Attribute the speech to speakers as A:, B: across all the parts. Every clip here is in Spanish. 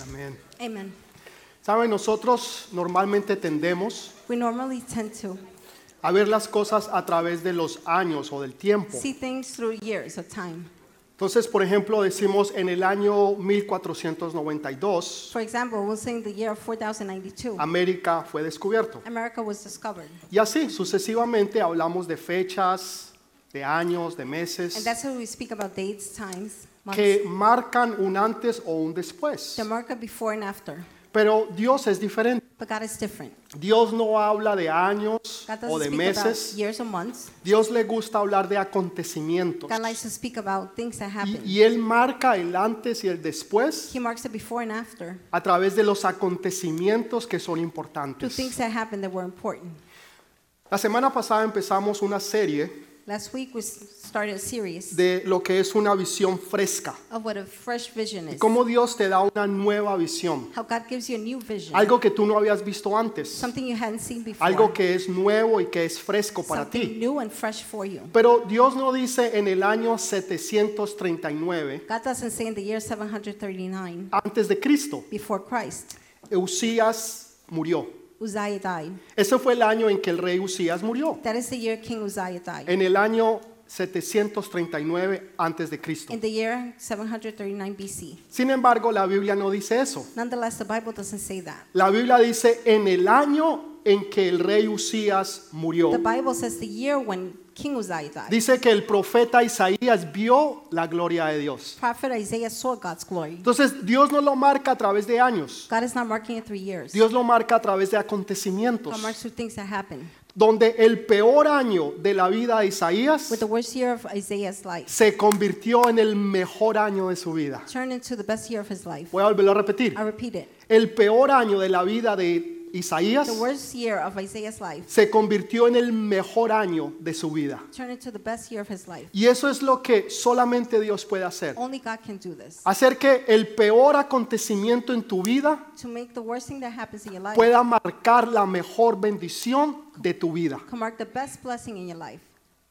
A: Amén.
B: Amen.
A: Saben, nosotros normalmente tendemos
B: We normally tend to
A: a ver las cosas a través de los años o del tiempo.
B: see things through years of time.
A: Entonces, por ejemplo, decimos en el año 1492,
B: For example, we'll say in the year 4092,
A: Um, América fue descubierto.
B: America was discovered.
A: Y así, sucesivamente hablamos de fechas, de años, de
B: And
A: meses,
B: that's how we speak about dates, times, months.
A: que marcan un antes o un después.
B: The marker before and after.
A: Pero Dios es diferente.
B: But God is different.
A: Dios no habla de años
B: God
A: o
B: doesn't
A: de
B: speak
A: meses.
B: about years or months.
A: Dios le gusta hablar de acontecimientos.
B: God likes to speak about things that
A: Y,
B: happen.
A: y Él marca el antes y el después
B: He marks the before and after
A: a través de los acontecimientos que son
B: to
A: importantes.
B: things that happened that were important.
A: La semana pasada empezamos una serie
B: Last week we s- started a series
A: de lo que es una visión fresca.
B: of what a fresh vision
A: Y
B: is.
A: cómo Dios te da una nueva visión.
B: How God gives you a new vision.
A: Algo que tú no habías visto antes.
B: Something you hadn't seen before.
A: Algo que es nuevo y que es fresco para
B: something
A: ti.
B: new and fresh for you.
A: Pero Dios no dice en el año 739
B: God doesn't say in the year 739
A: antes de Cristo.
B: before Christ,
A: Usías murió.
B: Uzziah died.
A: Ese fue el año en que el rey Usías murió.
B: That is the year King Uzziah died.
A: En el año 739 antes de Cristo.
B: In the year 739 BC.
A: Sin embargo, la Biblia no dice eso.
B: Nonetheless, the Bible doesn't say that.
A: La Biblia dice en el año en que el rey Usías murió.
B: The Bible says the year when King Uzziah died.
A: Dice que el profeta Isaías vio la gloria de Dios.
B: Prophet Isaiah saw God's glory.
A: Entonces, Dios no lo marca a través de años.
B: God is not marking it through years.
A: Dios lo marca a través de acontecimientos.
B: God marks through things that happen.
A: Donde el peor año de la vida de
B: With
A: Isaías
B: the worst year of Isaiah's life
A: se convirtió en el mejor año de su vida.
B: turned into the best year of his life.
A: Voy a volverlo a repetir.
B: I repeat it.
A: El peor año de la vida de Isaías
B: The worst year of Isaiah's life
A: se convirtió en el mejor año de su vida.
B: turned into the best year of his life.
A: Y eso es lo que solamente Dios puede hacer.
B: Only God can do this.
A: Hacer que el peor acontecimiento en tu vida
B: To make the worst thing that happens in your life
A: pueda marcar la mejor bendición de tu vida.
B: can mark the best blessing in your life.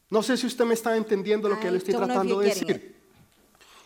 A: No sé si usted me está entendiendo lo que
B: I
A: le estoy
B: don't know if
A: tratando de
B: you're getting
A: decir.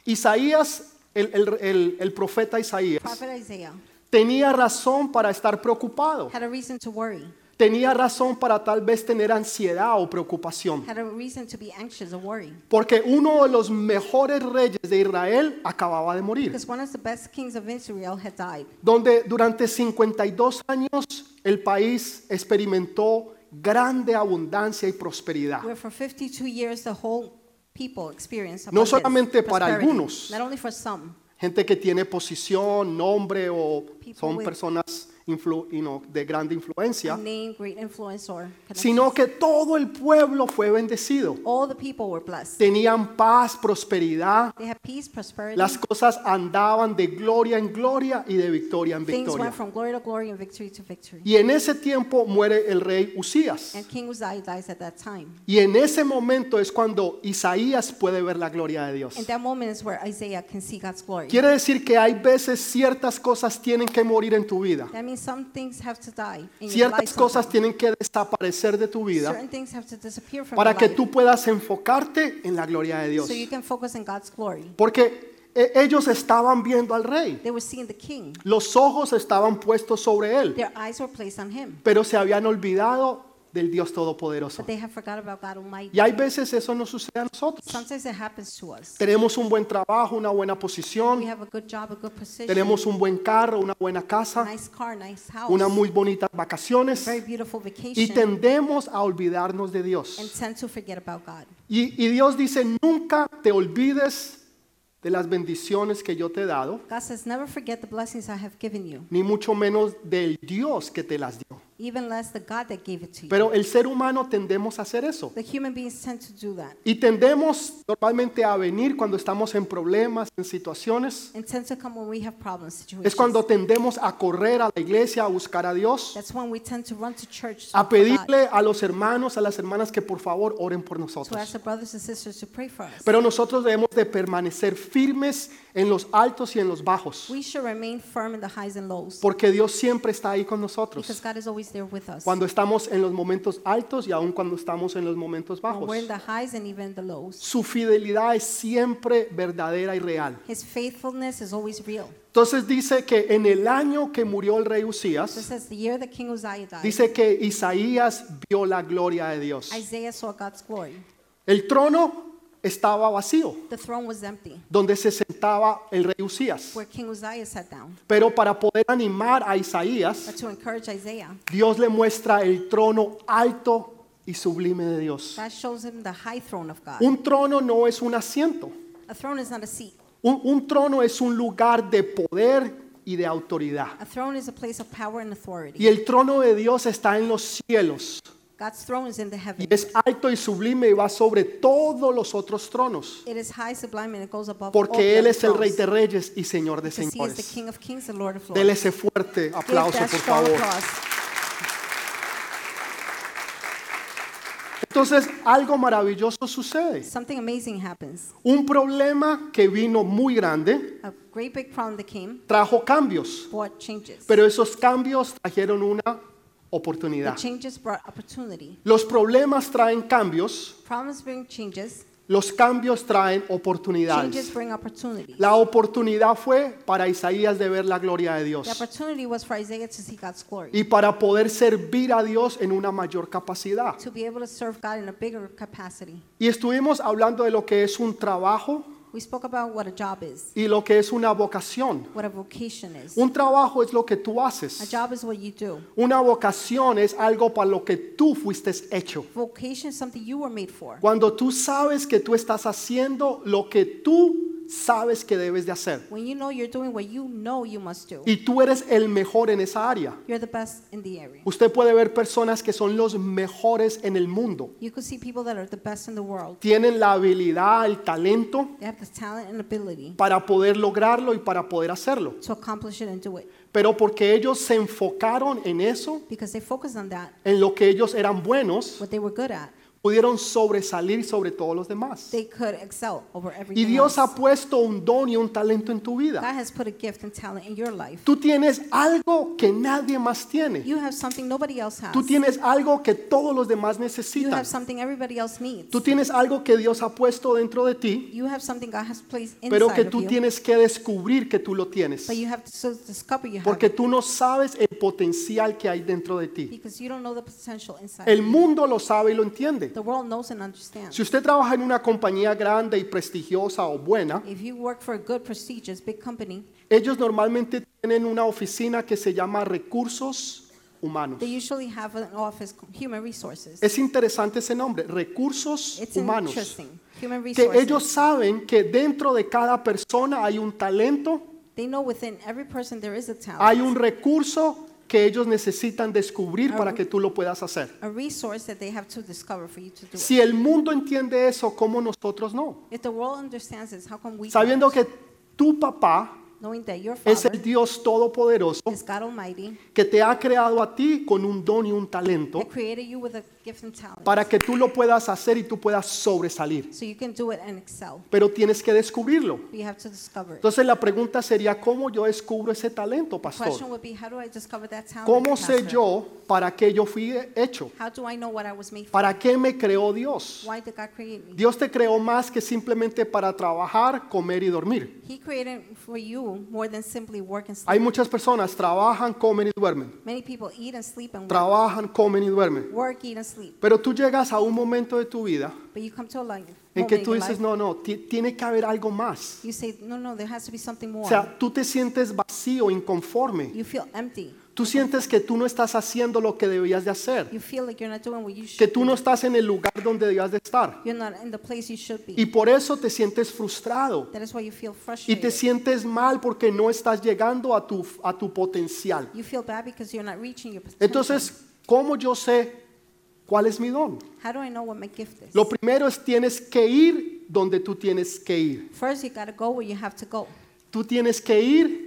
A: Isaías, el, el- el- el profeta Isaías,
B: Prophet Isaiah
A: tenía razón para estar preocupado.
B: had a reason to worry,
A: Tenía razón para tal vez tener ansiedad o preocupación.
B: had a reason to be anxious or worry.
A: Porque uno de los mejores reyes de Israel acababa de morir.
B: Because one of the best kings of Israel had died.
A: Donde durante 52 años el país experimentó grande abundancia y prosperidad.
B: Where for 52 years the whole people experienced
A: No
B: abundance,
A: solamente para
B: prosperity.
A: algunos.
B: Not only for some.
A: Gente que tiene posición, nombre o son
B: with-
A: personas influ- you know, de grande influencia,
B: Name, great influence, or connections.
A: sino que todo el pueblo fue bendecido.
B: all the people were blessed.
A: Tenían paz, prosperidad,
B: They had peace, prosperity.
A: las cosas andaban de gloria en gloria y de victoria en
B: Things went
A: victoria.
B: from glory to glory and victory to victory.
A: Y en ese tiempo muere el rey Usías.
B: And King Uzziah dies at that time.
A: Y en ese momento es cuando Isaías puede ver la gloria de Dios.
B: And that moment is where Isaiah can see God's glory.
A: Quiere decir que hay veces ciertas cosas tienen que morir en tu vida.
B: That means some things have to die in your life.
A: Ciertas cosas
B: sometimes.
A: tienen que desaparecer de tu vida
B: Certain things have to disappear from
A: para
B: your
A: que
B: life.
A: tú puedas enfocarte en la gloria de Dios.
B: So you can focus on God's glory.
A: Porque eh, ellos estaban viendo al rey,
B: They were seeing the king.
A: los ojos estaban puestos sobre él,
B: Their eyes were placed on him.
A: pero se habían olvidado del Dios Todopoderoso.
B: But they have forgot about God Almighty.
A: Y hay veces eso nos sucede a nosotros.
B: Sometimes it happens to us.
A: Tenemos un buen trabajo, una buena
B: We
A: posición,
B: have a good job, a good position,
A: tenemos un buen carro, una buena casa,
B: nice car, nice house,
A: unas muy bonitas vacaciones
B: very beautiful
A: y
B: vacation,
A: tendemos a olvidarnos de
B: and
A: Dios.
B: tend to forget about God.
A: Y, y Dios dice, nunca te olvides de las bendiciones que yo te he dado,
B: God says, never forget the blessings I have given you,
A: ni mucho menos del Dios que te las dio.
B: even less the God that gave it to you.
A: Pero el ser humano tendemos a hacer eso.
B: the human beings tend to do that
A: Y tendemos normalmente a venir cuando estamos en problemas, en situaciones.
B: and tend to come when we have problems, situations.
A: Es cuando tendemos a correr a la iglesia, a buscar a Dios,
B: That's when we tend to run to church to
A: a
B: look for God,
A: pedirle a los hermanos, a las hermanas que por favor oren por
B: to ask
A: nosotros.
B: the brothers and sisters to pray for us.
A: Pero nosotros debemos de permanecer firmes en los altos y en los bajos,
B: we should remain firm in the highs and lows
A: porque Dios siempre está ahí con nosotros.
B: because God is always always there with us.
A: cuando estamos en los momentos altos y aun cuando estamos en los momentos
B: When
A: bajos.
B: we're in the highs and even the lows.
A: Su fidelidad es siempre verdadera y real.
B: His faithfulness is always real.
A: Entonces dice que en el año que murió el rey
B: This
A: Usías,
B: is the year that King Uzziah died.
A: dice que Isaías vio la gloria de Dios.
B: Isaiah saw God's glory.
A: El trono estaba vacío,
B: The throne was empty
A: donde se sentaba el rey Usías.
B: where King Uzziah sat down.
A: Pero para poder animar a Isaías,
B: But to encourage Isaiah,
A: Dios le muestra el trono alto y sublime de Dios.
B: that shows him the high throne of God.
A: Un trono no es un asiento.
B: A throne is not a seat.
A: Un, un trono es un lugar de poder y de autoridad.
B: A throne is a place of power and
A: Y
B: authority.
A: el trono de Dios está en los cielos.
B: God's throne is in the heavens.
A: Y es alto y sublime y va sobre todos los otros tronos.
B: It is high, sublime, and it goes above all
A: Porque Él
B: other
A: es el Rey
B: thrones.
A: de Reyes y Señor de
B: Because he is the
A: Señores.
B: King of Kings and Lord of Lords.
A: Dele ese fuerte
B: Give
A: aplauso,
B: that
A: por
B: strong
A: favor.
B: applause.
A: Entonces, algo maravilloso sucede.
B: Something amazing happens.
A: Un problema que vino muy grande
B: A great big problem that came
A: trajo cambios.
B: brought changes.
A: Pero esos cambios trajeron una oportunidad.
B: The changes brought opportunity.
A: Los problemas traen cambios,
B: Problems bring changes.
A: los cambios traen
B: Changes
A: oportunidades.
B: bring opportunity.
A: La oportunidad fue para Isaías de ver la gloria de
B: The
A: Dios
B: opportunity was for Isaiah to see God's glory,
A: y para poder servir a Dios en una mayor capacidad.
B: to be able to serve God in a bigger capacity.
A: Y estuvimos hablando de lo que es un trabajo
B: We spoke about what a job is,
A: y lo que es una vocación.
B: what a vocation is.
A: Un trabajo es lo que tú
B: A
A: haces.
B: job is what you do.
A: Una vocación es algo para lo que tú fuiste hecho.
B: Vocation is something you were made for.
A: Cuando tú sabes que tú estás haciendo lo que tú sabes que debes de hacer
B: When you know you're doing what you know you must do,
A: y tú eres el mejor en esa área.
B: you're the best in the area.
A: Usted puede ver personas que son los mejores en el mundo.
B: You could see people that are the best in the world.
A: Tienen la habilidad, el talento
B: They have the talent and ability
A: para poder lograrlo y para poder hacerlo.
B: to accomplish it and do it
A: Pero porque ellos se enfocaron en eso,
B: because they focused on that,
A: en lo que ellos eran buenos,
B: what they were good at.
A: pudieron sobresalir sobre todos los demás.
B: They could excel over
A: Y
B: everything
A: Dios ha
B: else.
A: puesto un don y un talento en tu
B: God
A: vida.
B: has put a gift and talent in your life.
A: Tú tienes algo que nadie más tiene.
B: You have something nobody else has.
A: Tú tienes algo que todos los demás
B: You
A: necesitan.
B: have something everybody else needs.
A: Tú tienes algo que Dios ha puesto dentro de ti,
B: You have something God has placed inside
A: pero que
B: of
A: tú
B: you,
A: tienes que descubrir que tú lo tienes.
B: but you have to so discover you have
A: Porque
B: it
A: tú no sabes el potencial que hay dentro de ti.
B: because you don't know the potential inside.
A: El mundo lo sabe y lo entiende.
B: The world knows and understands.
A: Si usted trabaja en una compañía grande y prestigiosa o buena,
B: If you work for a good, prestigious, big company,
A: ellos normalmente tienen una oficina que se llama recursos humanos.
B: they usually have an office, called human resources.
A: Es interesante ese nombre, recursos
B: It's
A: humanos.
B: interesting. Human
A: que
B: resources.
A: ellos saben que dentro de cada persona hay un talento,
B: they know within every person there is a
A: hay
B: talent,
A: un recurso que ellos necesitan descubrir
B: Ah.
A: para que tú lo puedas hacer.
B: a resource that they have to discover for you to do
A: Si el mundo entiende eso, ¿cómo nosotros no?
B: it. If the world understands this, how come we
A: Sabiendo
B: don't?
A: que tu papá
B: knowing that your
A: es
B: father
A: el Dios Todopoderoso
B: is God Almighty,
A: que te ha creado a ti con un don y un talento
B: that created you with a gift and talent,
A: para que tú lo puedas hacer y tú puedas sobresalir.
B: so you can do it and excel.
A: Pero tienes que descubrirlo.
B: You have to discover it.
A: Entonces la pregunta sería, ¿cómo yo descubro ese talento,
B: question
A: pastor?
B: would be, how do I discover that talent?
A: ¿Cómo sé
B: Pastor?
A: yo para qué yo fui hecho?
B: How do I know what I was made for?
A: ¿Para qué me creó Dios?
B: Why did God create me?
A: Dios te creó más que simplemente para trabajar, comer y dormir.
B: He created for you more than simply work and sleep.
A: Hay muchas personas, trabajan, comen y duermen.
B: Many people eat and sleep and work,
A: Trabajan, comen y duermen.
B: work, eat and sleep.
A: Pero tú llegas a un momento de tu vida
B: But you come to a life
A: en que
B: moment
A: tú
B: in your
A: dices,
B: life,
A: no, no, ti- tiene que haber algo más.
B: you say, no, no, there has to be something more.
A: O sea, tú te sientes vacío, inconforme.
B: you feel empty.
A: Tú sientes que tú no estás haciendo lo que debías de hacer,
B: You feel like you're not doing what you
A: que
B: should.
A: tú no estás en el lugar donde debías de estar.
B: You're not in the place you should be.
A: Y por eso te sientes frustrado
B: That is why you feel
A: y
B: frustrated.
A: te sientes mal porque no estás llegando a tu, a tu potencial.
B: you feel bad because you're not reaching your potential.
A: Entonces, ¿cómo yo sé cuál es mi don?
B: How do I know what my gift is?
A: Lo primero es tienes que ir donde tú tienes que ir.
B: First, you got to go where you have to go.
A: Tú tienes que ir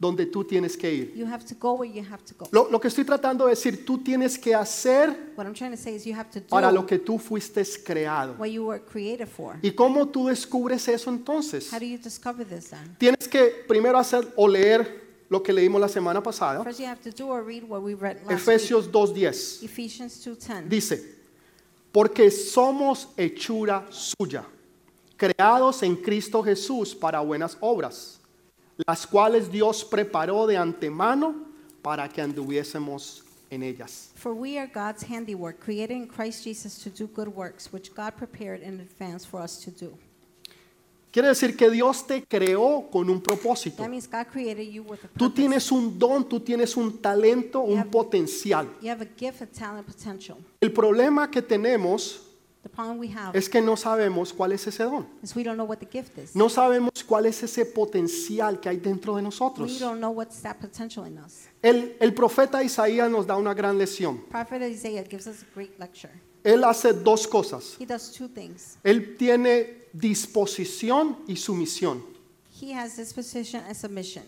A: donde tú tienes que ir.
B: You have to go where you have to go.
A: Lo, lo que estoy tratando de decir, tú tienes que hacer
B: What I'm trying to say is you have to do
A: para lo que tú fuiste creado.
B: what you were created for.
A: ¿Y cómo tú descubres eso entonces?
B: How do you discover this then?
A: Tienes que primero hacer o leer lo que leímos la semana pasada,
B: First, you have to do or read what we read last week.
A: Efesios 2.10,
B: Ephesians 2.10.
A: dice, porque somos hechura suya, creados en Cristo Jesús para buenas obras, las cuales Dios preparó de antemano para que anduviésemos en ellas.
B: For we are God's handiwork, created in Christ Jesus to do good works, which God prepared in advance for us to do.
A: Quiere decir que Dios te creó con un propósito.
B: That means God created you with a
A: Tú
B: purpose.
A: tienes un don, tú tienes un talento, un
B: Yep.
A: potencial.
B: You have a gift, a talent, potential.
A: El problema que tenemos
B: The problem we have
A: es que no sabemos cuál es ese don.
B: is we don't know what the gift is.
A: No sabemos cuál es ese potencial que hay dentro de
B: we
A: nosotros.
B: don't know what's that potential in us.
A: El, el profeta Isaías nos da una gran lección.
B: Prophet Isaiah gives us a great lecture.
A: Él hace dos cosas.
B: He does two things.
A: Él tiene disposición y sumisión.
B: He has disposition and submission,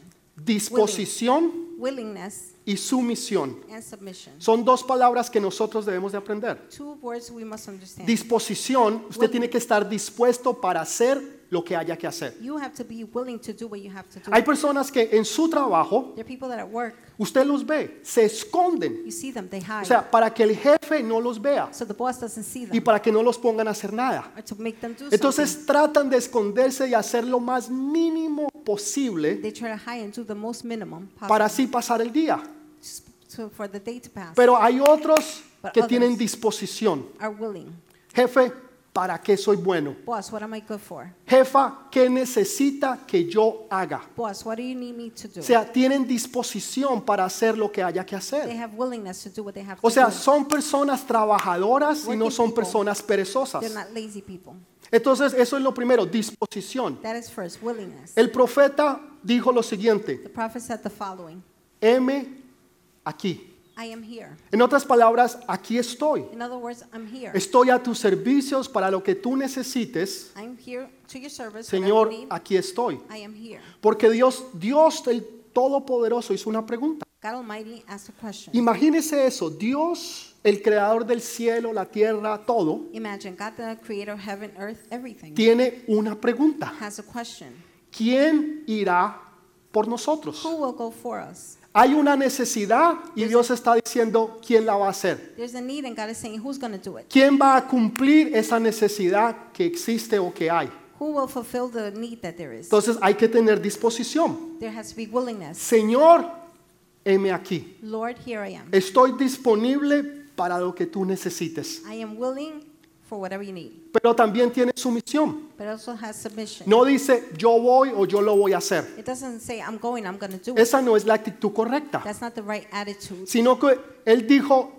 A: Disposición
B: willingness
A: y sumisión.
B: and submission.
A: Son dos palabras que nosotros debemos de aprender.
B: Two words we must understand.
A: Disposición, usted tiene que estar dispuesto para hacer lo que haya que hacer.
B: you have to be willing to do what you have to do.
A: Hay personas que en su trabajo,
B: there are people that at work,
A: usted los ve, se esconden.
B: you see them, they
A: O
B: hide.
A: sea, para que el jefe no los vea
B: so the boss doesn't see them
A: y para que no los pongan a hacer nada.
B: or to make them do something.
A: Entonces tratan de esconderse y hacer lo más mínimo posible
B: They try to hide and do the most minimum possible
A: para así pasar el día.
B: just to- for the day to pass.
A: Pero hay otros
B: But
A: que
B: others.
A: tienen disposición.
B: are willing.
A: Jefe, ¿para qué soy bueno?
B: Boss, what am I good for?
A: Jefa, ¿qué necesita que yo haga?
B: Boss, what do you need me to do?
A: O sea, tienen disposición para hacer lo que haya que
B: they
A: hacer.
B: have willingness to do what they have
A: O
B: to
A: sea,
B: do.
A: son personas trabajadoras y no
B: Working
A: son
B: people.
A: personas
B: They're
A: perezosas.
B: not lazy people.
A: Entonces, eso es lo primero, disposición.
B: That is first, willingness.
A: El profeta dijo lo siguiente,
B: The prophet said the following
A: M aquí.
B: I am here.
A: En otras palabras, aquí estoy.
B: In other words, I'm here.
A: Estoy a tus servicios para lo que tú necesites.
B: I'm here to your service. whatever you
A: Señor,
B: need,
A: aquí estoy.
B: I am here.
A: Porque Dios, Dios el Todopoderoso hizo una pregunta.
B: God Almighty asked a question.
A: Imagínese eso, Dios, el creador del cielo, la tierra, todo,
B: Imagine God, the creator of heaven, earth, everything,
A: tiene una pregunta.
B: has a question.
A: ¿Quién irá por nosotros?
B: Who will go for us?
A: Hay una necesidad y Dios está diciendo quién la va a hacer.
B: There's a need, and God is saying, Who's going to do it?
A: ¿Quién va a cumplir esa necesidad que existe o que hay?
B: Who will fulfill the need that there is?
A: Entonces hay que tener disposición.
B: There has to be willingness.
A: Señor, heme aquí.
B: Lord, here I am.
A: Estoy disponible para lo que tú necesites.
B: I am willing for whatever you need.
A: Pero también tiene sumisión.
B: But it also has submission.
A: No dice yo voy o yo lo voy a hacer.
B: It doesn't say, I'm going, I'm going to do it.
A: Esa no es la actitud correcta.
B: That's not the right attitude.
A: Sino que él dijo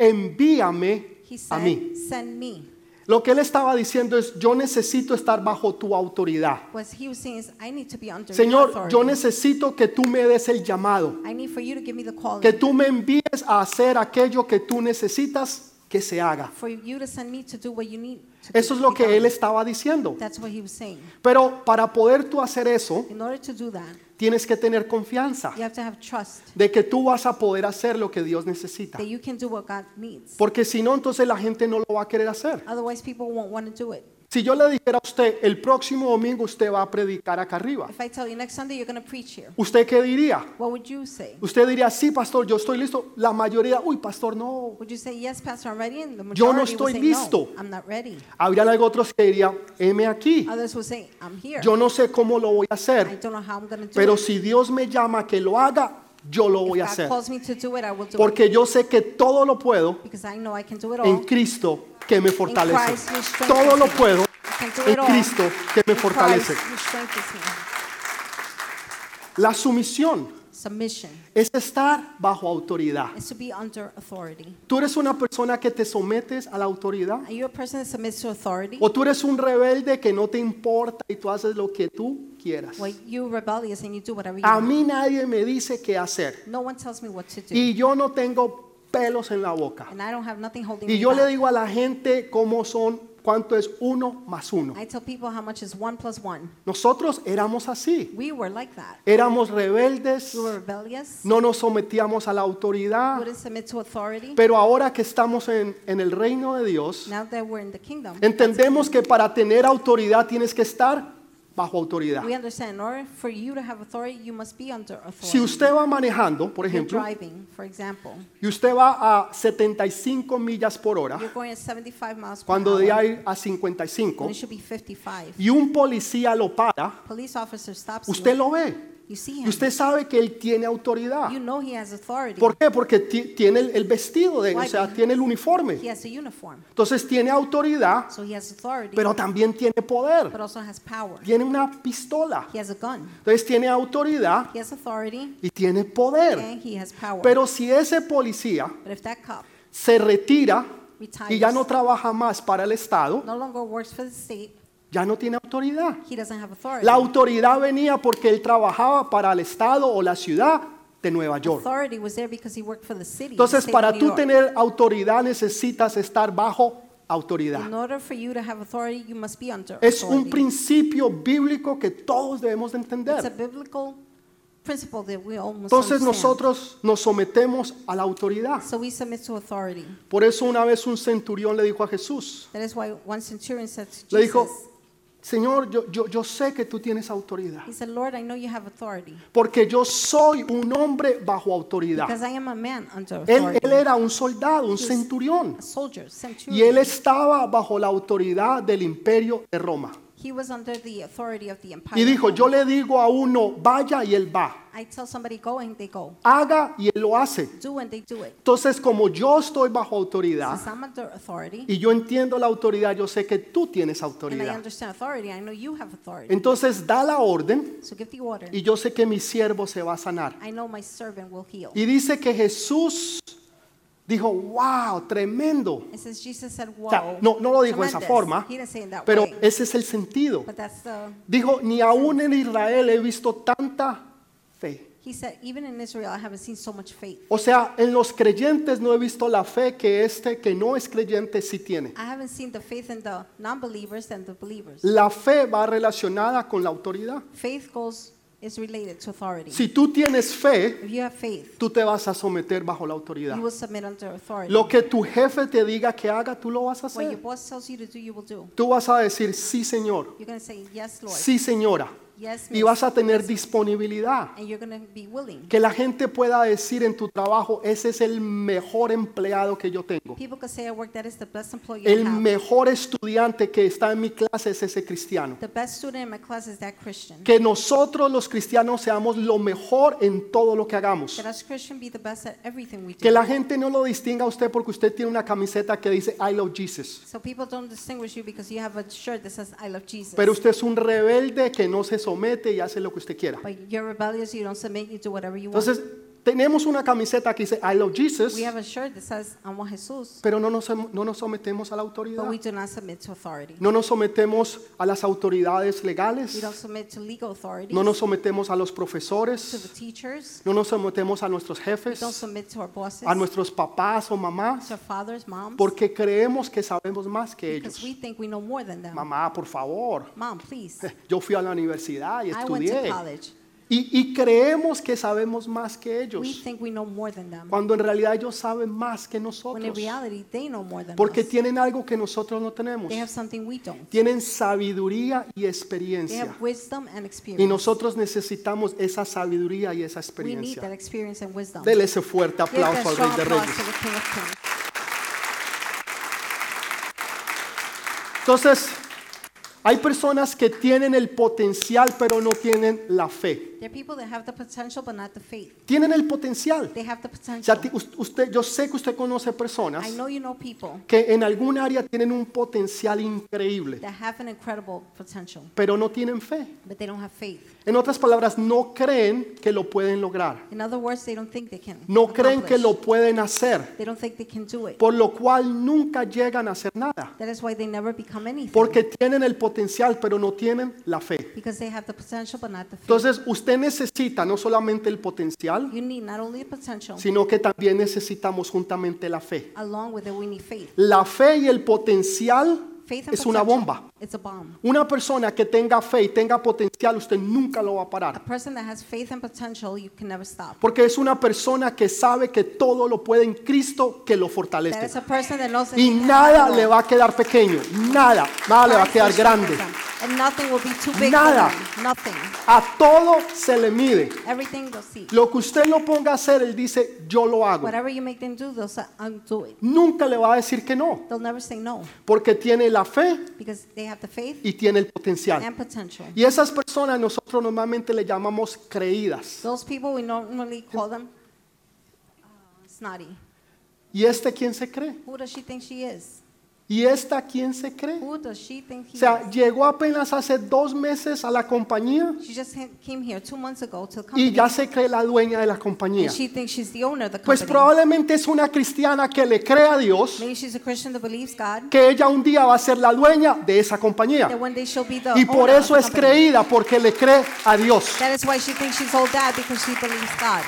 A: envíame
B: He
A: a mí.
B: said, Send me.
A: Lo que él estaba diciendo es yo necesito estar bajo tu autoridad.
B: What he was saying is, I need to be under your
A: Señor, yo
B: authority.
A: necesito que tú me des el llamado.
B: I need for you to give me the calling.
A: que tú me envíes a hacer aquello que tú necesitas que se haga.
B: for you to send me to do what you need. To
A: Eso
B: do,
A: es lo
B: be
A: que
B: done.
A: él estaba diciendo.
B: That's what he was saying.
A: Pero para poder tú hacer eso,
B: In order to do that,
A: tienes que tener confianza
B: you have to have trust
A: de que tú vas a poder hacer lo que Dios necesita.
B: that you can do what God needs.
A: Porque si no, entonces la gente no lo va a querer hacer.
B: Otherwise, people won't want to do it.
A: Si yo le dijera a usted, el próximo domingo usted va a predicar acá arriba,
B: If I tell you next Sunday you're going to preach here,
A: ¿usted qué diría?
B: what would you say?
A: Usted diría, sí, pastor, yo estoy listo. La mayoría, uy, pastor, no.
B: Would you say, yes, Pastor, I'm ready? And the
A: Yo no
B: majority would
A: estoy
B: say, "No,
A: listo."
B: I'm not ready.
A: Habrían algo otros que dirían, heme aquí.
B: Others will say, I'm here.
A: Yo no sé cómo lo voy a hacer.
B: I don't know how I'm going to do
A: Pero
B: it.
A: si Dios me llama a que lo haga, yo lo voy a
B: if God
A: hacer.
B: calls me to do it, I will do it.
A: Porque yo sé que todo lo puedo
B: Because I know I can do it all.
A: en Cristo que me fortalece.
B: Christ who strengthens
A: Todo lo
B: me.
A: puedo
B: I can do
A: en
B: it all.
A: Cristo que me
B: In Christ
A: fortalece.
B: who strengthens me.
A: La sumisión
B: Submission
A: es estar bajo autoridad.
B: is to be under authority.
A: ¿Tú eres una persona que te sometes a la autoridad?
B: Are you a person that submits to authority?
A: ¿O tú eres un rebelde que no te importa y tú haces lo que tú quieras?
B: Well, you rebellious and you do whatever you
A: A
B: want.
A: mí nadie me dice qué hacer.
B: No one tells me what to do.
A: Y yo no tengo pelos en la boca.
B: And I don't have nothing holding
A: Y
B: me
A: yo le
B: back.
A: digo a la gente cómo son, cuánto es uno más uno.
B: I tell people how much is one plus one.
A: Nosotros éramos así,
B: We were like that.
A: éramos rebeldes,
B: We were rebellious.
A: no nos sometíamos a la autoridad,
B: Wouldn't submit to authority.
A: pero ahora que estamos en, en el reino de Dios,
B: Now that we're in the kingdom,
A: entendemos que para tener autoridad tienes que estar bajo autoridad.
B: We understand, in order for you to have authority, you must be under
A: Si
B: authority.
A: usted va manejando, por
B: You're
A: ejemplo,
B: driving, for example,
A: y usted va a 75 millas por hora,
B: you're going at 75 miles per
A: cuando de
B: hour,
A: ir a 55,
B: when it should be 55.
A: y un policía lo para,
B: Police officer stops
A: usted
B: you.
A: lo ve.
B: You see
A: Y
B: him.
A: usted sabe que él tiene autoridad.
B: You know he has authority.
A: ¿Por qué? Porque ti- tiene el, el vestido de él, o
B: Why?
A: sea, tiene el uniforme.
B: He has a uniform,
A: Entonces tiene autoridad,
B: so he has authority,
A: pero también tiene
B: but
A: poder.
B: also has power.
A: Tiene una pistola.
B: He has a gun.
A: Entonces tiene autoridad
B: He has authority
A: y tiene poder.
B: and he has power.
A: Pero si ese policía
B: but if that cop
A: se retira y
B: retires,
A: ya no trabaja más para el Estado,
B: no longer works for the state,
A: ya no tiene autoridad.
B: he doesn't have authority.
A: La autoridad venía porque él trabajaba para el Estado o la ciudad de Nueva York.
B: authority was there because he worked for the city. the
A: Entonces,
B: state
A: para
B: of New
A: tú
B: York.
A: tener autoridad necesitas estar bajo autoridad.
B: In order for you to have authority, you must be under
A: Es un
B: authority.
A: principio bíblico que todos debemos de
B: It's a
A: entender.
B: biblical principle that we all must
A: Entonces
B: understand.
A: nosotros nos sometemos a la autoridad.
B: so we submit to authority.
A: Por eso una vez un centurión le dijo a Jesús,
B: That is why one centurion said to
A: le dijo,
B: Jesus,
A: Señor, yo, yo, yo sé que tú tienes autoridad,
B: he said, Lord, I know you have authority
A: porque yo soy un hombre bajo autoridad.
B: because I am a man under
A: Él,
B: authority.
A: él era un soldado, un centurión,
B: a soldier,
A: y
B: centurion.
A: él estaba bajo la autoridad del imperio de Roma.
B: He was under the authority of the empire.
A: Y dijo,
B: of
A: yo
B: Rome.
A: le digo a uno, vaya y él va,
B: I tell somebody go and they go.
A: haga y él lo hace.
B: Do and they do it.
A: Entonces, como yo estoy bajo autoridad,
B: Since I'm under authority
A: y yo entiendo la autoridad, yo sé que tú tienes
B: and I
A: autoridad.
B: understand authority, I know you have authority.
A: Entonces da la orden
B: So give the order.
A: y yo sé que mi siervo se va a sanar.
B: I know my servant will heal.
A: Y dice que Jesús dijo, wow, tremendo.
B: It says Jesus said,
A: O
B: wow.
A: sea, no, no lo dijo de esa
B: tremendous."
A: forma,
B: He didn't say it that
A: pero
B: way.
A: ese es el sentido.
B: But that's the,
A: Dijo, ni aún en Israel he visto tanta fe.
B: he said, even in Israel, I haven't seen so much faith.
A: O sea, en los creyentes no he visto la fe que este que no es creyente sí tiene.
B: I haven't seen the faith in the non-believers and the believers.
A: La fe va relacionada con la autoridad.
B: Faith goes, is related to authority.
A: Si tú tienes fe,
B: If you have faith,
A: tú te vas a someter bajo la autoridad.
B: you will submit under authority.
A: Lo que tu jefe te diga que haga, tú lo vas a
B: What your
A: hacer.
B: boss tells you to do, you will do.
A: Tú vas a decir, sí señor,
B: You're going to say, yes, Lord.
A: sí señora.
B: Yes,
A: Y
B: miss.
A: vas a tener disponibilidad.
B: And you're going to be willing.
A: Que la gente pueda decir en tu trabajo, ese es el mejor empleado que yo tengo.
B: People could say at work, that is the best employee I
A: El
B: have.
A: mejor estudiante que está en mi clase es ese cristiano.
B: The best student in my class is that Christian.
A: Que nosotros los cristianos seamos lo mejor en todo lo que hagamos.
B: That us Christian be the best at everything we do.
A: Que la gente no lo distinga a usted porque usted tiene una camiseta que dice I love Jesus.
B: So people don't distinguish you because you have a shirt that says I love Jesus.
A: Pero usted es un rebelde que no se somete y hace lo que usted quiera.
B: but you're rebellious, you don't submit, you do whatever you want.
A: Entonces, tenemos una camiseta que dice I love Jesus,
B: we have a shirt that says Amo a Jesús,
A: pero no nos, no nos sometemos a la autoridad.
B: but we do not submit to authority.
A: No nos sometemos a las autoridades
B: We
A: legales.
B: don't submit to legal authorities,
A: No nos sometemos a los
B: to the
A: profesores.
B: teachers,
A: No nos sometemos a nuestros
B: we don't
A: jefes,
B: submit to our bosses,
A: a nuestros papás o
B: to
A: mamás,
B: our fathers, moms,
A: porque creemos que sabemos más que
B: because
A: ellos.
B: we think we know more than them.
A: Mamá, por favor.
B: Mom, please.
A: Yo fui a la universidad y
B: I went to
A: estudié.
B: college.
A: Y, y creemos que sabemos más que
B: We
A: ellos.
B: think we know more than them.
A: cuando en realidad ellos saben más que
B: When in
A: nosotros,
B: reality, they know more than
A: porque
B: us.
A: tienen algo que nosotros no tenemos.
B: They have something we don't.
A: Tienen sabiduría y
B: They
A: experiencia.
B: have wisdom
A: Y
B: and experience.
A: nosotros necesitamos esa sabiduría y esa
B: We need that
A: experiencia.
B: experience and wisdom.
A: Dele ese fuerte
B: Give that
A: aplauso al Rey
B: strong
A: de
B: applause
A: Reyes.
B: to the King of Kings.
A: Entonces, hay personas que tienen el potencial pero no tienen la fe.
B: There are people that have the potential but not the faith.
A: Tienen el potencial.
B: They have the
A: O sea,
B: potential.
A: ti- us- usted, yo sé que usted conoce personas
B: I know you know people
A: que en algún área tienen un potencial increíble,
B: that have an incredible potential,
A: pero no tienen fe.
B: but they don't have faith.
A: En otras palabras, no creen que lo pueden lograr.
B: In other words, they don't think they can.
A: No creen que
B: accomplish.
A: lo pueden hacer.
B: They don't think they can do it.
A: Por lo cual nunca llegan a hacer nada.
B: That is why they never become anything.
A: Porque tienen el potencial, pero no tienen la fe.
B: Because they have the potential but not the faith.
A: Entonces, usted necesita no solamente el potencial,
B: You need not only the potential,
A: sino que también necesitamos juntamente la fe.
B: along with it, we need faith.
A: La fe y el potencial
B: Faith and
A: es una
B: perception,
A: bomba.
B: It's a bomb.
A: Una persona que tenga fe y tenga potencial, usted nunca lo va a
B: A
A: parar.
B: person that has faith and potential, you can never stop.
A: Porque es una persona que sabe que todo lo puede en Cristo que lo
B: That is
A: fortalece.
B: a person that knows that
A: Y
B: they can
A: nada
B: handle
A: le va a quedar pequeño, nada, nada le va a
B: Christ
A: quedar
B: will strengthen
A: grande.
B: them. And nothing will be too big
A: Nada.
B: for them. Nothing.
A: A todo se le mide.
B: Everything they'll see.
A: Lo que usted lo ponga a hacer, él dice, yo lo hago.
B: Whatever you make them do, they'll say, undo it.
A: Nunca le va a decir que no,
B: They'll never say no
A: porque tiene la fe
B: because they have the faith
A: y tiene el potencial.
B: and potential.
A: Y esas personas nosotros normalmente le llamamos creídas.
B: Those people, we normally call them uh, snotty.
A: ¿Y este quién se cree?
B: Who does she think she is?
A: ¿Y esta quién se cree?
B: Who does she think
A: O
B: he
A: sea,
B: is?
A: llegó apenas hace dos meses a la compañía
B: She just ha- came here two months ago to the company.
A: y ya se cree la dueña de la compañía.
B: and she thinks she's the owner of the
A: Pues
B: company.
A: probablemente es una cristiana que le cree a Dios
B: Maybe she's a Christian that believes God.
A: que ella un día va a ser la dueña de esa compañía.
B: That one day she'll be the
A: Y por
B: owner of
A: eso
B: the
A: es
B: company.
A: creída, porque le cree a Dios.
B: That is why she thinks she's all that because she believes God.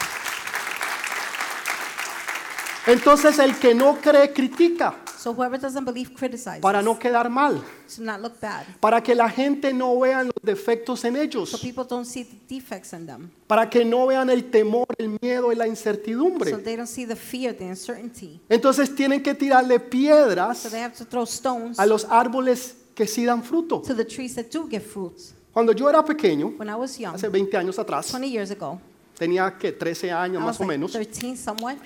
A: Entonces el que no cree critica
B: So whoever doesn't believe criticizes.
A: para no quedar mal,
B: to not look bad.
A: para que la gente no vea los defectos en
B: So
A: ellos,
B: people don't see the defects in them.
A: para que no vean el temor, el miedo y la
B: So
A: incertidumbre.
B: they don't see the fear, the uncertainty.
A: Entonces tienen que tirarle
B: So
A: piedras
B: they have to throw stones
A: a los árboles que sí dan fruto.
B: to the trees that do give fruits.
A: Cuando yo era pequeño,
B: When I was young,
A: hace 20 años atrás,
B: 20 years ago,
A: tenía que 13 años
B: I was
A: más o
B: like
A: menos,
B: 13 somewhat,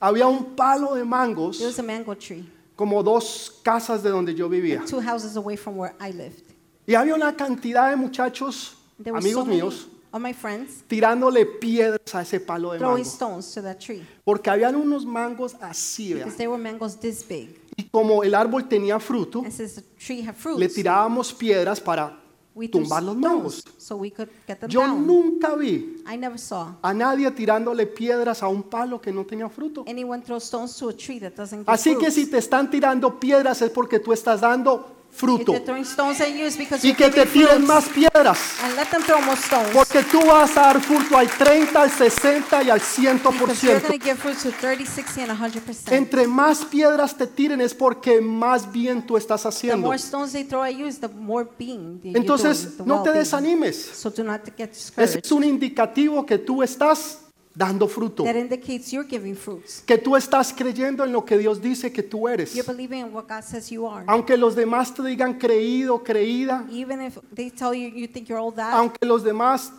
A: había un palo de
B: there was
A: mangos
B: a mango tree
A: como dos casas de donde yo vivía.
B: two houses away from where I lived.
A: Y había una cantidad de muchachos,
B: There were so
A: amigos
B: many
A: míos,
B: of my friends
A: tirándole piedras a ese palo de
B: throwing
A: mango.
B: stones to that tree
A: Porque habían unos mangos así, vea.
B: because they were mangoes this big.
A: Y como el árbol tenía fruto,
B: And since the tree had
A: le
B: fruits,
A: tirábamos piedras para
B: we threw
A: tumbar los
B: stones
A: mangos.
B: so we could get them
A: Yo
B: down.
A: nunca vi
B: I never saw
A: a nadie tirándole piedras a un palo que no tenía fruto.
B: anyone throw stones to a tree that doesn't give
A: Así que
B: fruits.
A: si te están tirando piedras es porque tú estás dando
B: If
A: fruto.
B: they're throwing stones at you, it's because
A: Y
B: you're
A: que te
B: giving
A: tiren
B: fruits.
A: más piedras.
B: And let them throw more stones.
A: Porque tú vas a dar fruto al 30, al 60 y al 100%.
B: because you're going to give fruits to 30, 60, and 100%.
A: Entre más piedras te tiren es porque más bien tú estás
B: the
A: haciendo.
B: more stones they throw at you, is the more being that
A: Entonces,
B: you're doing, the
A: no te
B: well-being.
A: desanimes.
B: So do not get
A: Ese
B: discouraged.
A: es un indicativo que tú estás dando fruto,
B: That indicates you're giving fruits.
A: que tú estás creyendo en lo que Dios dice que tú
B: You're
A: eres.
B: believing in what God says you are.
A: Aunque los demás te digan creído, creída,
B: Even if they tell you you think you're all that,
A: aunque los demás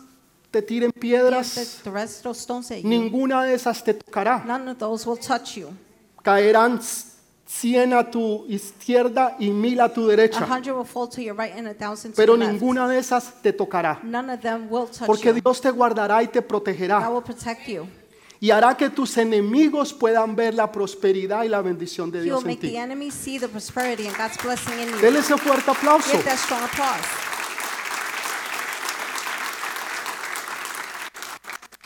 A: te tiren
B: even if the,
A: piedras,
B: the rest throw stones at you.
A: ninguna de esas te tocará.
B: None of those will touch you.
A: Caerán cien a tu izquierda y mil a tu
B: A
A: derecha,
B: hundred will fall to your right and a thousand to
A: pero
B: your left.
A: ninguna de esas te tocará.
B: None of them will touch
A: Porque
B: you.
A: Dios te guardará y te
B: God
A: protegerá
B: will protect you.
A: y hará que tus enemigos puedan ver la prosperidad y la bendición de
B: He will
A: Dios en
B: make the
A: ti.
B: enemy see the prosperity and God's blessing in you.
A: Dele ese fuerte aplauso.
B: Give that strong applause.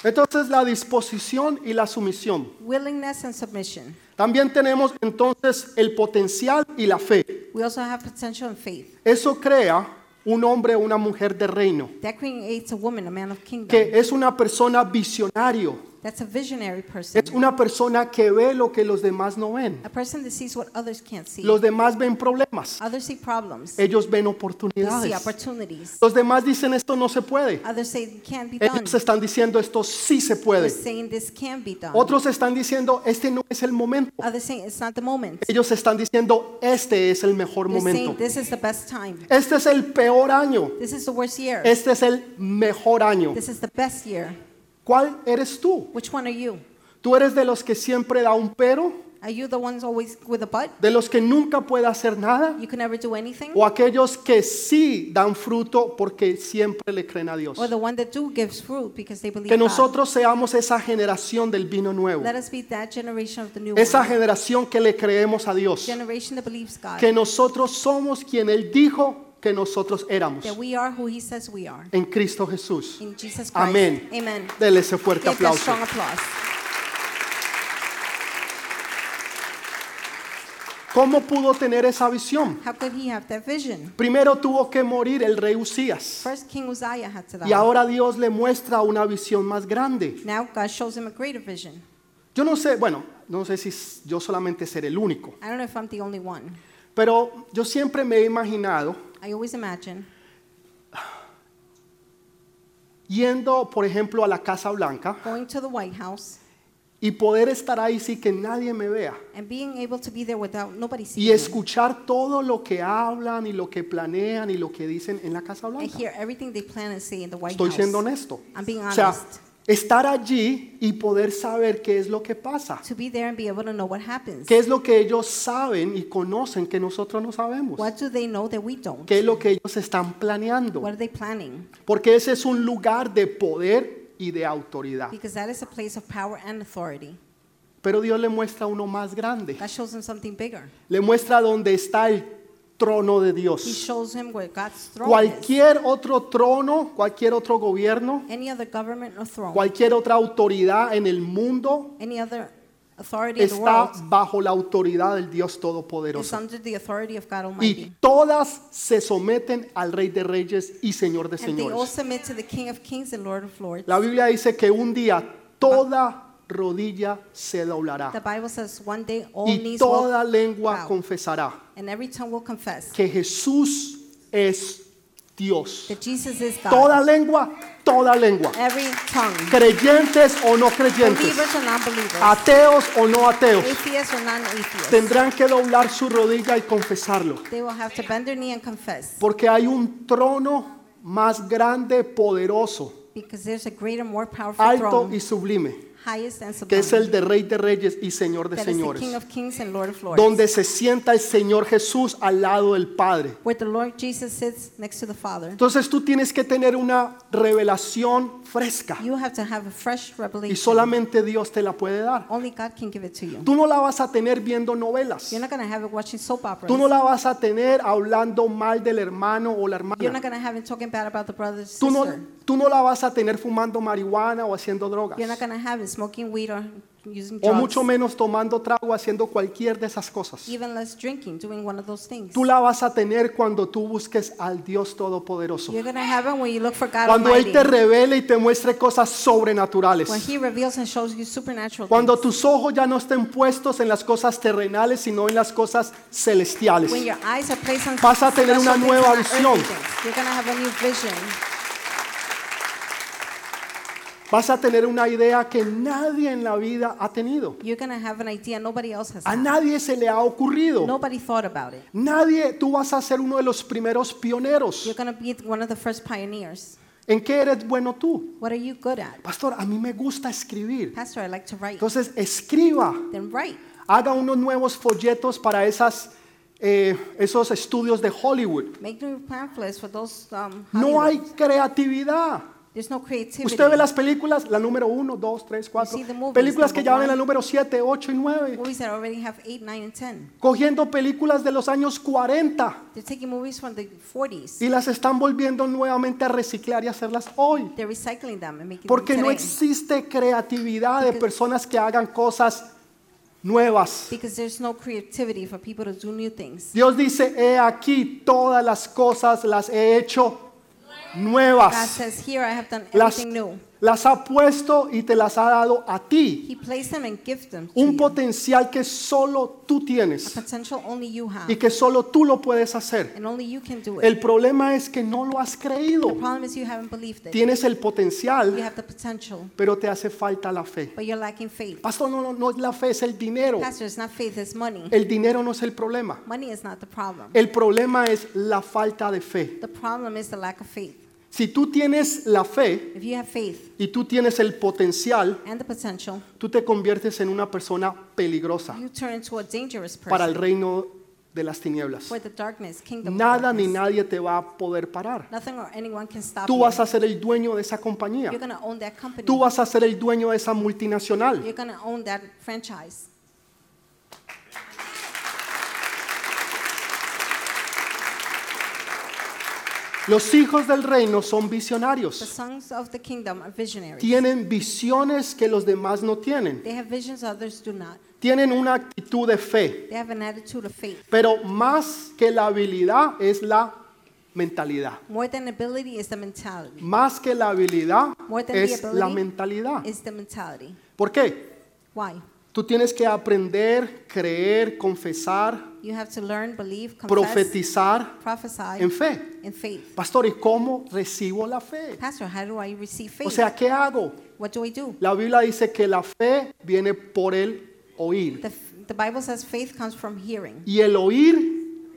A: Entonces la disposición y la sumisión.
B: Willingness and submission.
A: También tenemos entonces el potencial y la fe.
B: We also have potential and faith.
A: Eso crea un hombre o una mujer de reino,
B: That creates a woman, a man of kingdom.
A: que es una persona visionario,
B: That's a visionary person.
A: es una persona que ve lo que los demás no ven.
B: A person that sees what others can't see.
A: Los demás ven problemas,
B: Others see problems.
A: ellos ven
B: They see
A: oportunidades.
B: opportunities.
A: Los demás dicen esto no se puede,
B: Others say it can't be done.
A: ellos están diciendo esto sí se
B: They're
A: puede.
B: saying this can be done.
A: Otros están diciendo este no es el momento,
B: Others saying it's not the moment.
A: ellos están diciendo este es el mejor
B: They're saying
A: momento.
B: this is the best time.
A: Este es el peor año.
B: This is the worst year.
A: Este es el mejor año.
B: This is the best year.
A: ¿Cuál eres tú?
B: Which one are you?
A: ¿Tú eres de los que siempre da un pero?
B: Are you the ones always with a butt?
A: ¿De los que nunca puede hacer nada?
B: You can never do anything?
A: ¿O aquellos que sí dan fruto porque siempre le creen a Dios?
B: Or the one that do gives fruit because they believe
A: Que
B: God.
A: nosotros seamos esa generación del vino nuevo.
B: Let us be that generation of the new
A: Esa
B: wine.
A: generación que le creemos a Dios.
B: generation that believes God.
A: Que nosotros somos quien Él dijo que nosotros éramos.
B: That we are who He says we are.
A: En Cristo Jesús.
B: In Jesus Christ.
A: Amén.
B: Amen.
A: Dele ese fuerte
B: Give that
A: aplauso.
B: strong applause.
A: ¿Cómo pudo tener esa visión?
B: How could he have that vision?
A: Primero tuvo que morir el rey Usías.
B: First King Uzziah had to die.
A: Y ahora Dios le muestra una visión más grande.
B: now God shows him a greater vision.
A: Yo no sé, bueno, no sé si s- yo solamente seré el único,
B: I don't know if I'm the only one.
A: Pero yo siempre me he imaginado
B: I always imagine
A: yendo, por ejemplo, a la Casa Blanca
B: going to the White House
A: y poder estar ahí sin que nadie me vea
B: and being able to be there without nobody
A: y
B: seeing me
A: escuchar todo lo que hablan y lo que planean y lo que dicen en la Casa
B: and
A: Blanca.
B: hear everything they plan and say in the White
A: Estoy
B: House.
A: siendo honesto.
B: I'm being
A: O sea,
B: honest.
A: estar allí y poder saber qué es lo que pasa.
B: To be there and be able to know what happens.
A: ¿Qué es lo que ellos saben y conocen que nosotros no sabemos?
B: What do they know that we don't?
A: ¿Qué es lo que ellos están planeando?
B: What are they planning?
A: Porque ese es un lugar de poder y de autoridad.
B: Because that is a place of power and authority.
A: Pero Dios le muestra uno más grande.
B: That shows him something bigger.
A: Le muestra dónde está el trono de
B: He
A: Dios.
B: shows him where God's throne is.
A: Cualquier otro trono, cualquier otro gobierno,
B: Any other government or throne,
A: cualquier otra autoridad en el mundo
B: any other authority in the
A: está
B: world
A: bajo la autoridad del Dios
B: is
A: Todopoderoso.
B: under the authority of
A: Y
B: God Almighty.
A: todas se someten al Rey de Reyes y Señor de
B: And they all
A: Señores.
B: submit to the King of Kings and Lord of Lords.
A: La Biblia dice que un día toda rodilla se doblará
B: The Bible says one day all
A: y
B: knees will
A: toda lengua
B: bow,
A: confesará
B: and every tongue will confess
A: que Jesús es Dios.
B: that Jesus is God.
A: Toda lengua, toda lengua.
B: Every tongue,
A: Creyentes o no creyentes,
B: believers or non-believers,
A: ateos o no ateos,
B: atheists or non-atheists,
A: tendrán que doblar su rodilla y confesarlo.
B: they will have to bend their knee and confess
A: Porque hay un trono más grande, poderoso,
B: because there's a greater, more powerful
A: alto y
B: throne,
A: sublime,
B: highest and
A: que es el
B: sublime,
A: de Rey de Reyes y Señor de
B: that is the King
A: Señores.
B: of Kings and Lord of Lords,
A: Donde se sienta el Señor Jesús al lado del Padre.
B: where the Lord Jesus sits next to the Father.
A: Entonces tú tienes que tener una revelación fresca
B: You have to have a fresh
A: y
B: revelation.
A: solamente Dios te la puede dar.
B: Only God can give it to you.
A: Tú no la vas a tener viendo novelas.
B: You're not going to have it watching soap operas.
A: Tú no la vas a tener hablando mal del hermano o la
B: You're not
A: hermana.
B: going to have it talking bad about the brother and
A: Tú
B: sister.
A: no, tú no la vas a tener fumando marihuana o haciendo drogas.
B: You're not going to have it smoking weed or using
A: O
B: drugs.
A: mucho menos tomando trago, haciendo cualquier de esas cosas.
B: Even less drinking, doing one of those things.
A: Tú la vas a tener cuando tú busques al Dios Todopoderoso.
B: You're going to have it when you look for God
A: Cuando Él
B: Almighty.
A: te revele y te muestre cosas
B: when
A: sobrenaturales.
B: He reveals and shows you supernatural
A: Cuando
B: things.
A: tus ojos ya no estén puestos en las cosas terrenales, sino en las cosas celestiales.
B: When your eyes are placed on
A: Vas a tener una
B: special things
A: nueva
B: and not earthly
A: visión.
B: things. You're going to have a new vision.
A: Vas a tener una idea que nadie en la vida ha tenido.
B: You're going to have an idea nobody else has.
A: A
B: had.
A: nadie se le ha ocurrido.
B: Nobody thought about it.
A: Nadie, tú vas a ser uno de los primeros
B: You're
A: pioneros.
B: going to be one of the first pioneers.
A: ¿En qué eres bueno tú?
B: What are you good at?
A: Pastor, a mí me gusta escribir.
B: Pastor, I like to write.
A: Entonces escriba,
B: then write.
A: haga unos nuevos folletos para esas, eh, esos estudios de Hollywood.
B: Make new pamphlets for those. Um,
A: No hay
B: Hollywood.
A: creatividad.
B: There's no creativity.
A: Usted ve las películas, la número 1, 2, 3, 4,
B: see the movies,
A: películas que
B: number
A: ya van en
B: one.
A: la número 7, 8 y 9,
B: movies that already have 8, 9, and 10.
A: cogiendo películas de los años 40
B: They're taking movies from the 40s.
A: y las están volviendo nuevamente a reciclar y hacerlas hoy.
B: They're recycling them and making
A: Porque
B: them
A: no
B: today.
A: existe creatividad de
B: Because-
A: personas que hagan cosas nuevas.
B: because there's no creativity for people to do new things.
A: Dios dice, he aquí todas las cosas las he hecho
B: God
A: nuevas.
B: says, Here I have done
A: Las,
B: everything new.
A: las ha puesto y te las ha dado a ti.
B: He placed them and gifted them. To
A: Un
B: you.
A: potencial que solo tú tienes
B: Potential only you have.
A: y que solo tú lo puedes hacer.
B: And only you can do it.
A: El problema es que no lo has
B: the
A: creído.
B: problem is you haven't believed it.
A: Tienes el
B: you
A: potencial,
B: have the potential,
A: pero te hace falta la fe.
B: but you're lacking faith.
A: Pastor, no, no, no es la fe, es el dinero.
B: Pastor, it's not faith, it's money.
A: El dinero no es el problema.
B: money is not the problem.
A: El problema es la falta de fe.
B: the problem is the lack of faith.
A: Si tú tienes la fe
B: If you have faith
A: y tú tienes el potencial,
B: and the potential,
A: tú te conviertes en una persona peligrosa
B: you turn into a dangerous person
A: para el reino de las tinieblas.
B: for the darkness kingdom. of
A: Nada ni
B: darkness.
A: nadie te va a poder parar.
B: Nothing or anyone can stop
A: Tú
B: you.
A: vas a ser el dueño de esa compañía.
B: You're going to own that company.
A: Tú vas a ser el dueño de esa multinacional.
B: You're going to own that franchise.
A: Los hijos del reino son
B: The
A: visionarios.
B: sons of the kingdom are visionaries.
A: Tienen visiones que los demás no tienen.
B: They have visions others do not.
A: Tienen una actitud de fe.
B: They have an attitude of faith.
A: Pero más que la habilidad es la mentalidad.
B: More than ability is the mentality.
A: Más que la habilidad
B: More than the
A: es la
B: ability
A: mentalidad.
B: Is the mentality.
A: ¿Por qué?
B: Why?
A: Tú tienes que aprender, creer, confesar,
B: You have to learn, believe, confess,
A: profetizar en
B: prophesy,
A: fe.
B: and faith.
A: Pastor, ¿y cómo recibo la fe?
B: Pastor, how do I receive
A: O
B: faith?
A: sea, ¿qué hago?
B: What do I do?
A: La Biblia dice que la fe viene por el oír
B: The, the Bible says faith comes from hearing.
A: y el oír,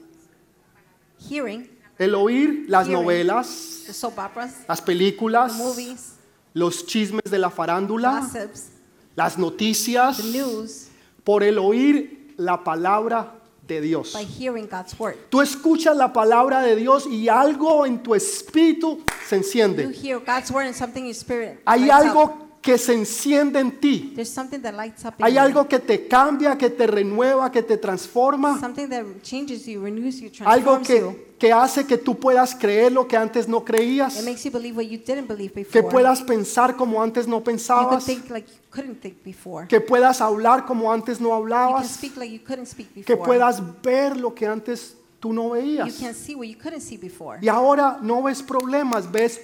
B: Hearing,
A: el oír las
B: Hearing.
A: novelas,
B: the soap operas,
A: las
B: the
A: películas,
B: movies,
A: los chismes de la farándula,
B: gossips,
A: las noticias,
B: the news,
A: por el oír la palabra de Dios.
B: by hearing God's word.
A: Tú escuchas la palabra de Dios y algo en tu espíritu se
B: You
A: enciende.
B: hear God's word and something in your spirit.
A: Hay
B: lights up.
A: algo que se enciende en ti.
B: There's something that lights up. in
A: Hay
B: you.
A: algo que te cambia, que te renueva, que te transforma.
B: Something that changes you, renews you,
A: Algo
B: transforms you.
A: que, que hace que tú puedas creer lo que antes no
B: It
A: creías.
B: makes you believe what you didn't believe
A: Que
B: before.
A: puedas pensar como antes no
B: you could
A: pensabas.
B: think like you couldn't think before.
A: Que puedas hablar como antes no
B: you can
A: hablabas.
B: speak like you couldn't speak before.
A: Que puedas ver lo que antes tú no
B: you
A: veías.
B: can see what you couldn't see before.
A: Y ahora no ves problemas, ves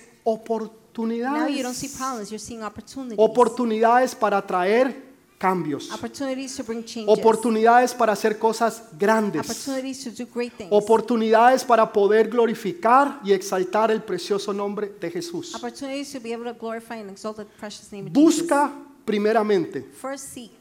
B: Now you don't see
A: oportunidades.
B: problems, you're seeing opportunities.
A: Oportunidades para traer cambios.
B: opportunities to bring changes.
A: Oportunidades para hacer cosas grandes.
B: opportunities to do great things.
A: Oportunidades para poder glorificar y exaltar el precioso nombre de Jesús.
B: opportunities to be able to glorify and exalt the precious name of Jesus.
A: Busca primeramente
B: First seek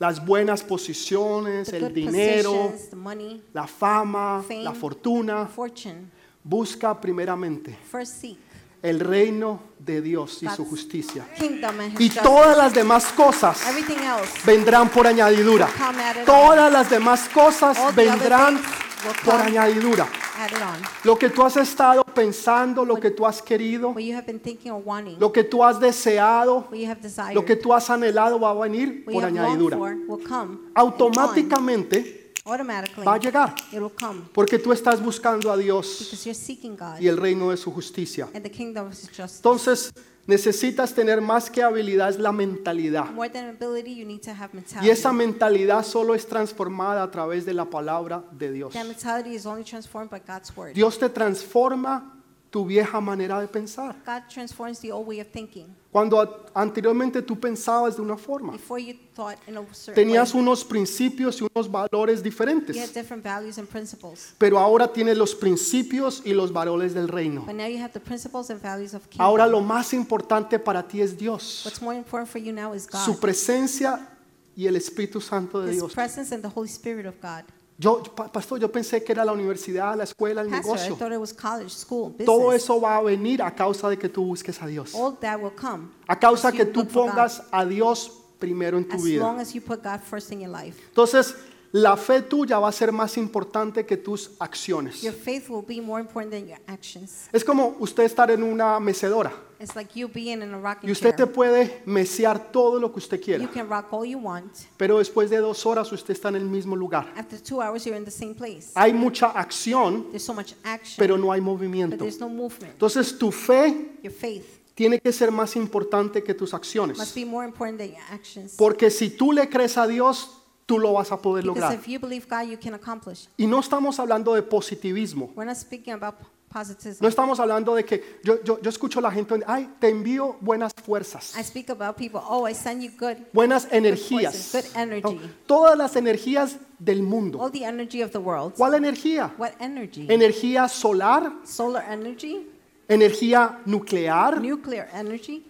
A: las buenas posiciones,
B: the
A: el
B: good
A: dinero,
B: positions, the money,
A: la fama,
B: Fame.
A: la fortuna.
B: fortune.
A: Busca primeramente
B: First seek
A: el reino de Dios y su
B: God's
A: justicia.
B: kingdom and
A: Y
B: his justice.
A: todas las demás cosas
B: Everything else.
A: vendrán por añadidura.
B: come added
A: Todas las demás cosas
B: All the other
A: vendrán
B: things will
A: por
B: come.
A: añadidura.
B: added on.
A: Lo que tú has estado pensando, lo que tú has querido,
B: What you have been thinking or wanting,
A: lo que tú has deseado,
B: what you have desired,
A: lo que tú has anhelado va a venir
B: what you
A: por
B: have longed for
A: añadidura.
B: will come. and
A: Automáticamente
B: on. automatically,
A: va a llegar
B: it will come
A: porque tú estás buscando a Dios
B: because you're seeking God
A: y el reino de su justicia.
B: and the kingdom of His justice.
A: Entonces necesitas tener más que habilidad, es la mentalidad.
B: More than ability, you need to have mentality.
A: Y esa mentalidad solo es transformada a través de la palabra de Dios.
B: that mentality is only transformed by God's word.
A: Dios te transforma tu vieja manera de pensar.
B: God transforms the old way of thinking.
A: Cuando a- anteriormente tú pensabas de una forma,
B: Before you thought in a certain
A: tenías
B: way,
A: unos principios y unos valores
B: you had
A: diferentes,
B: different values and principles.
A: pero ahora tienes los principios y los valores del reino.
B: But now you have the principles and values of kingdom.
A: Ahora lo más importante para ti es Dios,
B: What's more important for you now is God,
A: su presencia y el Espíritu Santo de
B: His
A: Dios.
B: presence and the Holy Spirit of God.
A: Yo, pa- pastor, yo pensé que era la universidad, la escuela, el
B: Pastor, I
A: negocio.
B: thought it was college, school, business. Oh,
A: Todo eso va a venir a causa de que tú busques a Dios,
B: All that will come.
A: a causa
B: as
A: que
B: you
A: tú
B: look for God,
A: pongas a Dios primero en tu
B: As
A: vida.
B: long as you put God first in your life,
A: Entonces, la fe tuya va a ser más importante que tus acciones.
B: your faith will be more important than your actions.
A: Es como usted estar en una mecedora
B: It's like you being in a rocking
A: y usted se
B: chair.
A: puede mesear todo lo que usted
B: You
A: quiera,
B: can rock all you want.
A: pero después de dos horas usted está en el mismo lugar.
B: After two hours, you're in the same place.
A: Hay mucha acción,
B: There's so much action,
A: pero no hay
B: but
A: movimiento.
B: there's no movement.
A: Entonces, tu fe
B: Your faith
A: tiene que ser más importante que tus
B: must
A: acciones,
B: be more important than your actions.
A: porque si tú le crees a Dios, tú lo vas a poder
B: because
A: lograr.
B: if you believe God, you can accomplish.
A: Y no estamos hablando de positivismo.
B: We're not speaking about p- positivism.
A: No estamos hablando de que yo, yo, yo escucho a la gente, ay, te envío buenas fuerzas.
B: I speak about people. Oh, I send you good.
A: buenas
B: forces,
A: energías.
B: good energy.
A: No, todas las energías del
B: All
A: mundo.
B: the energy of the world.
A: ¿Cuál energía?
B: What energy?
A: Energía solar,
B: Solar energy?
A: energía nuclear.
B: Nuclear energy?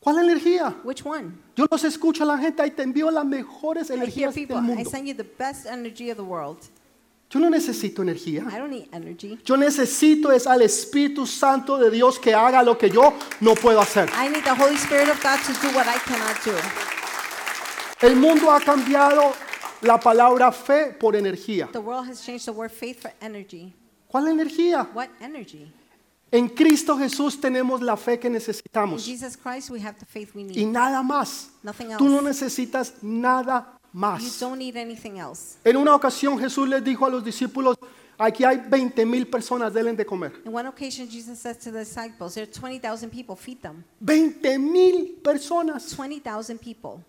A: ¿Cuál energía?
B: Which one?
A: Yo los escucho a la gente, ahí te envío las mejores
B: I hear
A: energías
B: people,
A: del
B: I
A: mundo.
B: send you the best energy of the world.
A: Yo no necesito energía.
B: I don't need energy.
A: Yo necesito es al Espíritu Santo de Dios que haga lo que yo no puedo hacer.
B: I need the Holy Spirit of God to do what I cannot do.
A: El mundo ha cambiado la palabra fe por energía.
B: The world has changed the word faith for energy.
A: ¿Cuál energía?
B: What energy?
A: En Cristo Jesús tenemos la fe que
B: In
A: necesitamos.
B: Jesus Christ, we have the faith we
A: y
B: need.
A: nada más.
B: Nothing
A: Tú no
B: else.
A: necesitas nada
B: You
A: más.
B: don't need anything else.
A: En una ocasión Jesús les dijo a los discípulos, aquí hay 20 mil personas, denle de comer.
B: In one occasion, Jesus says to the disciples, There are 20,000 people, feed them.
A: 20 mil personas.
B: 20,000 people.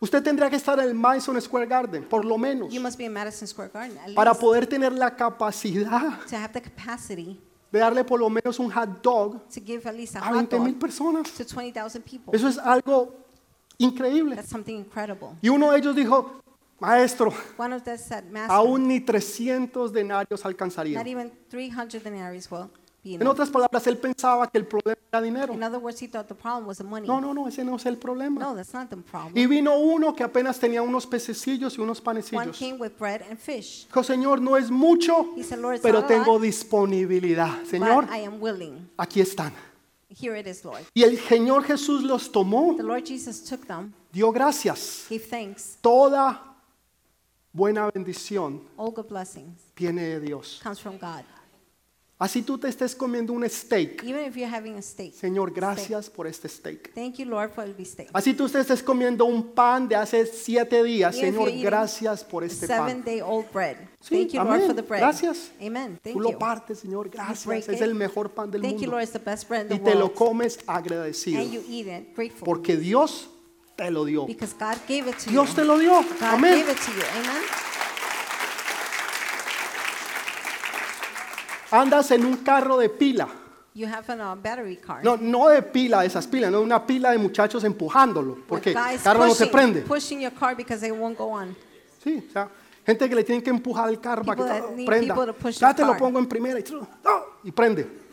A: Usted tendrá que estar en el Madison Square Garden, por lo menos,
B: You must be in Madison Square Garden at
A: para
B: least
A: poder tener la capacidad
B: to have the capacity
A: de darle por lo menos un hot dog
B: to give at least a
A: a
B: hot
A: 20 mil
B: dog
A: personas.
B: to 20,000 people.
A: Eso es algo Increíble.
B: That's something incredible.
A: Y uno de ellos dijo, maestro,
B: One of them said, Master,
A: aún ni 300 denarios alcanzaría.
B: not even 300 denaries will be
A: En
B: enough.
A: otras palabras, él pensaba que el problema era dinero.
B: In other words, he thought the problem was the money.
A: No, no, no, ese no es el problema.
B: No, that's not the problem.
A: Y vino uno que apenas tenía unos pececillos y unos
B: One
A: panecillos.
B: came with bread and fish.
A: Dijo, Señor, no es mucho,
B: He said, Lord, it's
A: pero
B: not a
A: tengo
B: lot,
A: disponibilidad. Señor,
B: but I am willing.
A: aquí están.
B: Here it is, Lord.
A: Y el Señor Jesús los tomó,
B: The Lord Jesus took them,
A: dio gracias.
B: gave thanks.
A: Toda buena bendición
B: All good blessings
A: viene de Dios.
B: comes from God.
A: Así tú te estés comiendo un steak.
B: Even if you're having a steak.
A: Señor,
B: steak.
A: gracias por este steak.
B: Thank you, Lord, for the steak.
A: Así tú te estés comiendo un pan de hace siete días.
B: Even if
A: Señor,
B: you're eating
A: gracias por este
B: Seven
A: pan.
B: day old bread.
A: Sí,
B: Thank you, Lord,
A: amén.
B: for the bread.
A: Gracias.
B: Amen. Thank
A: Tú lo
B: you.
A: partes, Señor.
B: break
A: Gracias. Es
B: it.
A: el mejor pan del
B: Thank you,
A: mundo.
B: Lord, it's the best bread
A: Y
B: in the
A: te lo
B: world.
A: comes
B: And
A: agradecido.
B: you eat it grateful.
A: Porque Dios te lo dio.
B: Because God gave it to you.
A: Dios te lo dio.
B: God
A: Amén.
B: gave it to you. Amen.
A: Andas en un carro de pila.
B: You have a uh, battery car.
A: No, no de pila, de esas pilas, no una pila de muchachos empujándolo,
B: With
A: porque el
B: guys
A: carro no se
B: pushing-
A: prende.
B: Pushing your car because it won't go on.
A: Sí, o sea, gente que le tienen que empujar el carro para que
B: People that
A: todo
B: need
A: prenda.
B: people to push
A: Ya te
B: the
A: lo
B: car.
A: pongo en primera y, tru- ¡ah! y prende.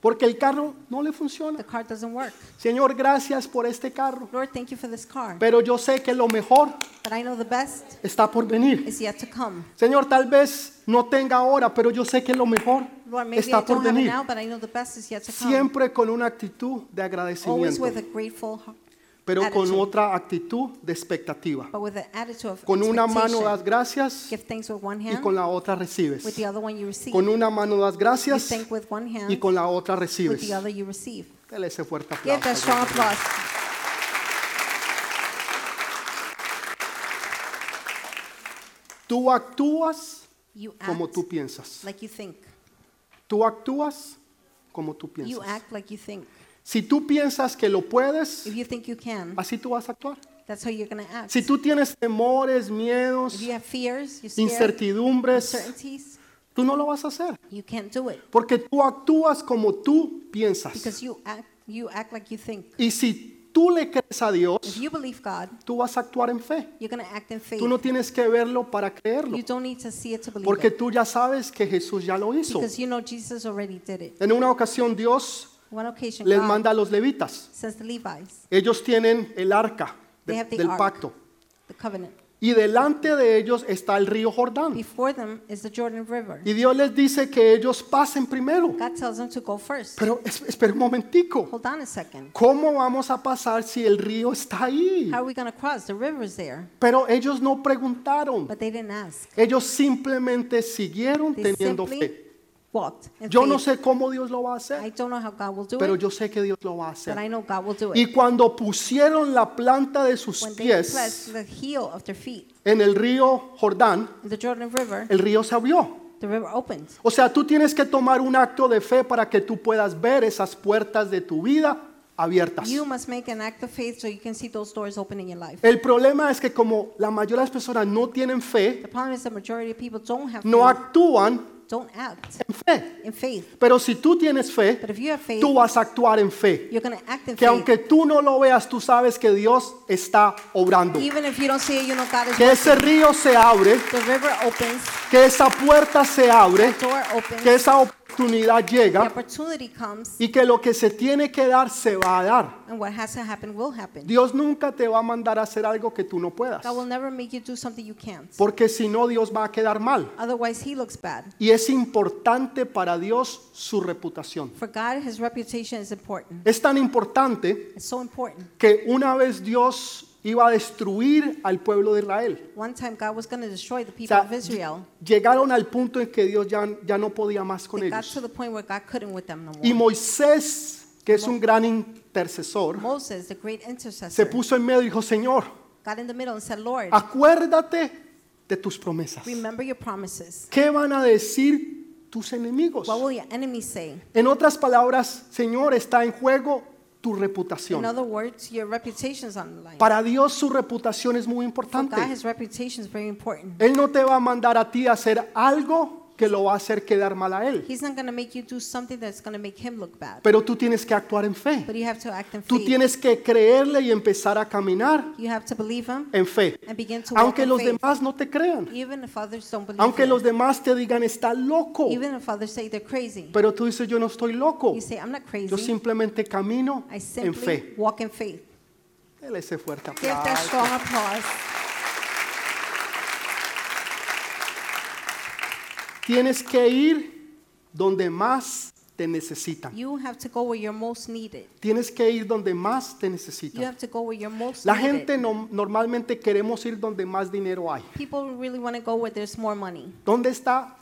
A: Porque el carro no le
B: The
A: funciona.
B: car doesn't work.
A: Señor, gracias por este carro,
B: Lord, thank you for this car.
A: pero yo sé que lo mejor
B: But I know the best
A: está por venir.
B: is yet to come.
A: Señor, tal vez no tenga ahora, pero yo sé que lo mejor
B: Lord, maybe I
A: está por
B: don't have it
A: venir.
B: now, but I know the best is yet to come.
A: Siempre con una actitud de
B: Always
A: agradecimiento,
B: with a grateful heart,
A: pero con
B: attitude.
A: otra actitud de expectativa.
B: but with an attitude of
A: Con una mano
B: expectation.
A: das gracias
B: Give thanks with one
A: y
B: hand,
A: con la otra
B: with
A: recibes.
B: the other one you receive.
A: Con una mano das
B: you
A: gracias
B: thank with one hand,
A: y con la otra
B: with
A: recibes.
B: the other you receive.
A: Dele ese fuerte
B: Give that
A: aplauso.
B: strong
A: al Señor.
B: applause.
A: Tú actúas
B: You act
A: como tú piensas.
B: like you think.
A: Tú actúas como tú
B: You
A: piensas.
B: act like you think.
A: Si tú piensas que lo puedes,
B: If you think you can,
A: así tú vas a actuar.
B: that's how you're going to act.
A: Si tú tienes temores, miedos,
B: if you have fears, you're scared,
A: incertidumbres,
B: uncertainties,
A: tú no lo vas a hacer.
B: you can't do it
A: Porque tú actúas como tú piensas.
B: because you act you act like you think.
A: Y si tú le crees a
B: If
A: Dios,
B: you believe God,
A: tú vas a actuar en fe.
B: you're going to act in faith.
A: Tú no tienes que verlo para creerlo.
B: You don't need to see it to believe
A: Porque
B: it
A: tú ya sabes que Jesús ya lo hizo.
B: because you know Jesus already did it.
A: En una ocasión Dios
B: One occasion,
A: les
B: God
A: manda a los levitas.
B: says the Levites,
A: Ellos tienen el arca de-
B: They have the
A: del
B: ark.
A: pacto.
B: the covenant.
A: Y delante de ellos está el río Jordán.
B: Before them is the Jordan River.
A: Y Dios les dice que ellos pasen primero.
B: God tells them to go first.
A: Pero es- espera un momentico.
B: Hold on a second.
A: ¿Cómo vamos a pasar si el río está ahí?
B: How are we going to cross? The river's there.
A: Pero ellos no preguntaron.
B: But they didn't ask.
A: Ellos simplemente siguieron
B: They
A: teniendo
B: simply
A: fe.
B: walked. in
A: Yo no
B: faith.
A: sé cómo Dios lo va a hacer,
B: I don't know how God will do
A: pero
B: it,
A: yo sé que Dios lo va a hacer.
B: but I know God will do it.
A: Y cuando pusieron la planta de sus
B: when they
A: pies
B: pressed the heel of their feet
A: en el río Jordán,
B: in the Jordan River,
A: el río se abrió.
B: the river opened.
A: O sea, tú tienes que tomar un acto de fe para que tú puedas ver esas puertas de tu vida abiertas.
B: You must make an act of faith so you can see those doors open in your life.
A: El problema es que como la mayoría de las personas no tienen fe,
B: The problem is the majority of people don't have
A: no
B: faith,
A: actúan
B: don't act
A: en fe.
B: in faith.
A: Pero si tú tienes fe,
B: But if you have faith,
A: tú vas a actuar en fe.
B: you're going to act in
A: Que aunque
B: faith.
A: tú no lo veas, tú sabes que Dios está obrando.
B: Even if you don't see it, you know God is
A: Que ese río se abre,
B: The river opens,
A: que esa puerta se abre,
B: door opens,
A: que esa oportunidad
B: the
A: llega
B: opportunity comes,
A: y que lo que se tiene que dar se va a dar.
B: and what has to happen will happen.
A: Dios nunca te va a mandar a hacer algo que tú no puedas,
B: God will never make you do something you can't.
A: porque si no Dios va a quedar mal.
B: Otherwise, he looks bad.
A: Y es importante para Dios su reputación.
B: For God, his reputation is important.
A: Es tan importante
B: It's so important.
A: que una vez Dios iba a destruir al pueblo de Israel.
B: One time, God was going to destroy the
A: O
B: people
A: sea,
B: of Israel.
A: llegaron al punto en que Dios ya, ya no podía más con
B: They got to
A: ellos.
B: the point where God couldn't with them no
A: Y
B: more.
A: Moisés, que es un gran intercesor,
B: Moses, the great
A: se
B: intercessor,
A: puso en medio y dijo, Señor,
B: got in the middle and said, Lord,
A: acuérdate de tus promesas.
B: remember your promises.
A: ¿Qué van a decir tus enemigos?
B: What will your enemies say?
A: En otras palabras, Señor, está en juego tu
B: In
A: reputación.
B: other words, your reputation is on the line.
A: Para Dios su reputación es muy
B: For God,
A: importante.
B: his reputation is very important.
A: Él no te va a mandar a ti a hacer algo que lo va a hacer quedar mal a él.
B: He's not going to make you do something that's going to make him look bad.
A: Pero tú tienes que actuar en fe.
B: But you have to act in
A: Tú
B: faith.
A: tienes que creerle y empezar a caminar
B: you have to believe him
A: en fe.
B: and begin to walk
A: Aunque
B: in
A: los
B: faith.
A: demás no te crean.
B: Even if others don't believe
A: Aunque
B: you.
A: los demás te digan, está loco.
B: Even if others say they're crazy.
A: Pero tú dices, yo no estoy loco.
B: you say, I'm not
A: Yo
B: crazy.
A: simplemente camino
B: I
A: en
B: simply
A: fe.
B: walk in faith.
A: Dele ese fuerte
B: Give that
A: aplauso.
B: strong applause.
A: Tienes que ir donde más te necesitan.
B: You have to go where you're most needed.
A: Tienes que ir donde más te
B: You
A: necesitan.
B: have to go where you're most
A: La
B: needed.
A: gente no- normalmente queremos ir donde más dinero hay.
B: People really want to go where there's more money.
A: ¿Dónde está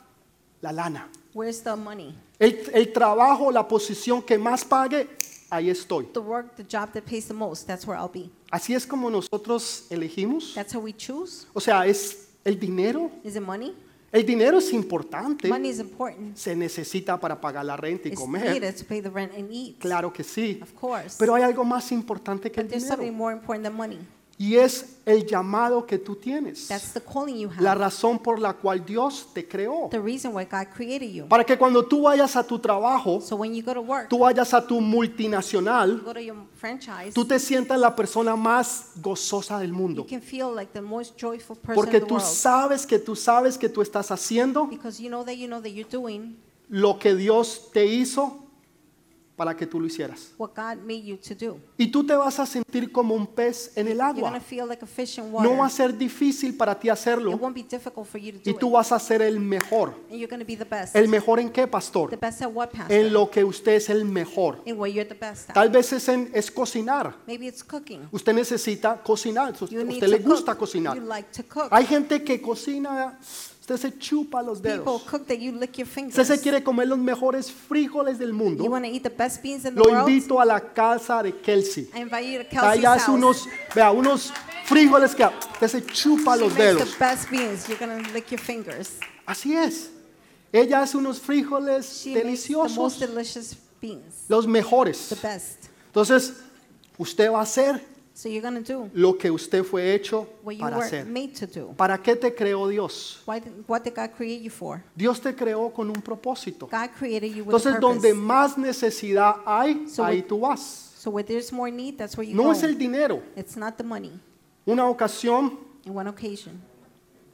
A: la lana?
B: Where's the money?
A: El, el trabajo, la posición que más pague, ahí estoy.
B: The work, the job that pays the most, that's where I'll be.
A: Así es como nosotros elegimos.
B: That's how we choose.
A: O sea, es el dinero.
B: Is it money?
A: El dinero es importante.
B: Money is important.
A: Se necesita para pagar la renta y
B: It's
A: comer.
B: needed to pay the rent and eat.
A: Claro que sí.
B: Of course.
A: Pero hay algo más importante que el
B: but there's something
A: dinero.
B: more important than money.
A: Y es el llamado que tú tienes.
B: That's the calling you have.
A: La razón por la cual Dios te creó.
B: the reason why God created you.
A: Para que cuando tú vayas a tu trabajo,
B: So when you go to work,
A: tú vayas a tu multinacional,
B: you go to your franchise,
A: tú te sientas la persona más gozosa del
B: you
A: mundo.
B: can feel like the most joyful person
A: Porque
B: in the
A: tú
B: world.
A: sabes que tú sabes que tú estás haciendo
B: because you know that you know that you're doing
A: lo que Dios te hizo para que tú lo hicieras.
B: what God made you to do.
A: Y tú te vas a sentir como un pez en el
B: You're going
A: agua.
B: to feel like a fish in water.
A: No va a ser difícil para ti
B: it
A: hacerlo
B: won't be difficult for you to
A: y
B: do
A: tú vas a ser el mejor.
B: it. And you're going to be the best.
A: ¿El mejor en qué,
B: the
A: pastor?
B: best at what, Pastor?
A: En lo que usted es el mejor.
B: in what you're the best at.
A: Tal vez es, en, es cocinar.
B: Maybe it's cooking.
A: Usted necesita cocinar. Usted
B: You need
A: usted
B: to
A: le gusta
B: cook.
A: cocinar.
B: You like to cook.
A: Hay gente que cocina, usted se chupa los
B: People
A: dedos.
B: cook that you lick your fingers.
A: Usted se quiere comer los mejores frijoles del
B: You
A: mundo.
B: want to eat the best beans in the
A: Lo
B: world?
A: invito a la casa de Kelsey.
B: I invite you to Kelsey's
A: Allá
B: house.
A: hace unos, vea, unos frijoles que usted se chupa
B: she
A: los
B: makes
A: dedos.
B: the best beans. You're going to lick your fingers.
A: Así es. Ella hace unos frijoles
B: She makes the most
A: deliciosos,
B: delicious beans.
A: los
B: The
A: mejores.
B: best.
A: Entonces, usted va a hacer
B: So you're going to do
A: lo que usted fue hecho
B: what you
A: para
B: were
A: hacer.
B: made to do.
A: ¿Para qué te creó Dios?
B: Why did, what did God create you for?
A: Dios te creó con un propósito.
B: God created you with a
A: Entonces, donde
B: purpose.
A: más necesidad hay,
B: So
A: ahí
B: what-
A: tú vas.
B: So where there's more need, that's where you
A: No
B: go.
A: es el dinero.
B: It's not the money.
A: Una ocasión
B: In one occasion,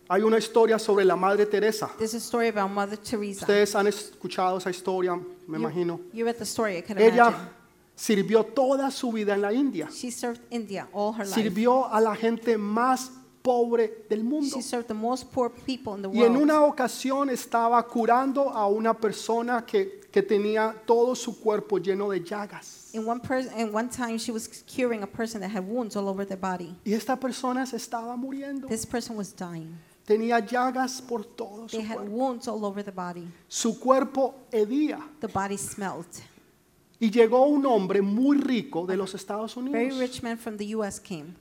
A: hay una historia sobre la Madre Teresa.
B: there's a story about Mother Teresa.
A: Ustedes han escuchado esa historia, me imagino.
B: You read the story. I can imagine.
A: Ella sirvió toda su vida en la India.
B: She served India all her life.
A: Sirvió a la gente más pobre del mundo.
B: She served the most poor people in the
A: Y en
B: world.
A: una ocasión estaba curando a una persona que, que tenía todo su cuerpo lleno de llagas.
B: In one person, in one time, she was curing a person that had wounds all over their body.
A: Y esta persona se estaba muriendo.
B: This person was dying.
A: Tenía llagas por todo su
B: They had
A: cuerpo.
B: wounds all over the body.
A: Su cuerpo hedía.
B: The body smelled.
A: Y llegó un hombre muy rico de los Estados
B: Very
A: Unidos.
B: rich man from the U.S. came.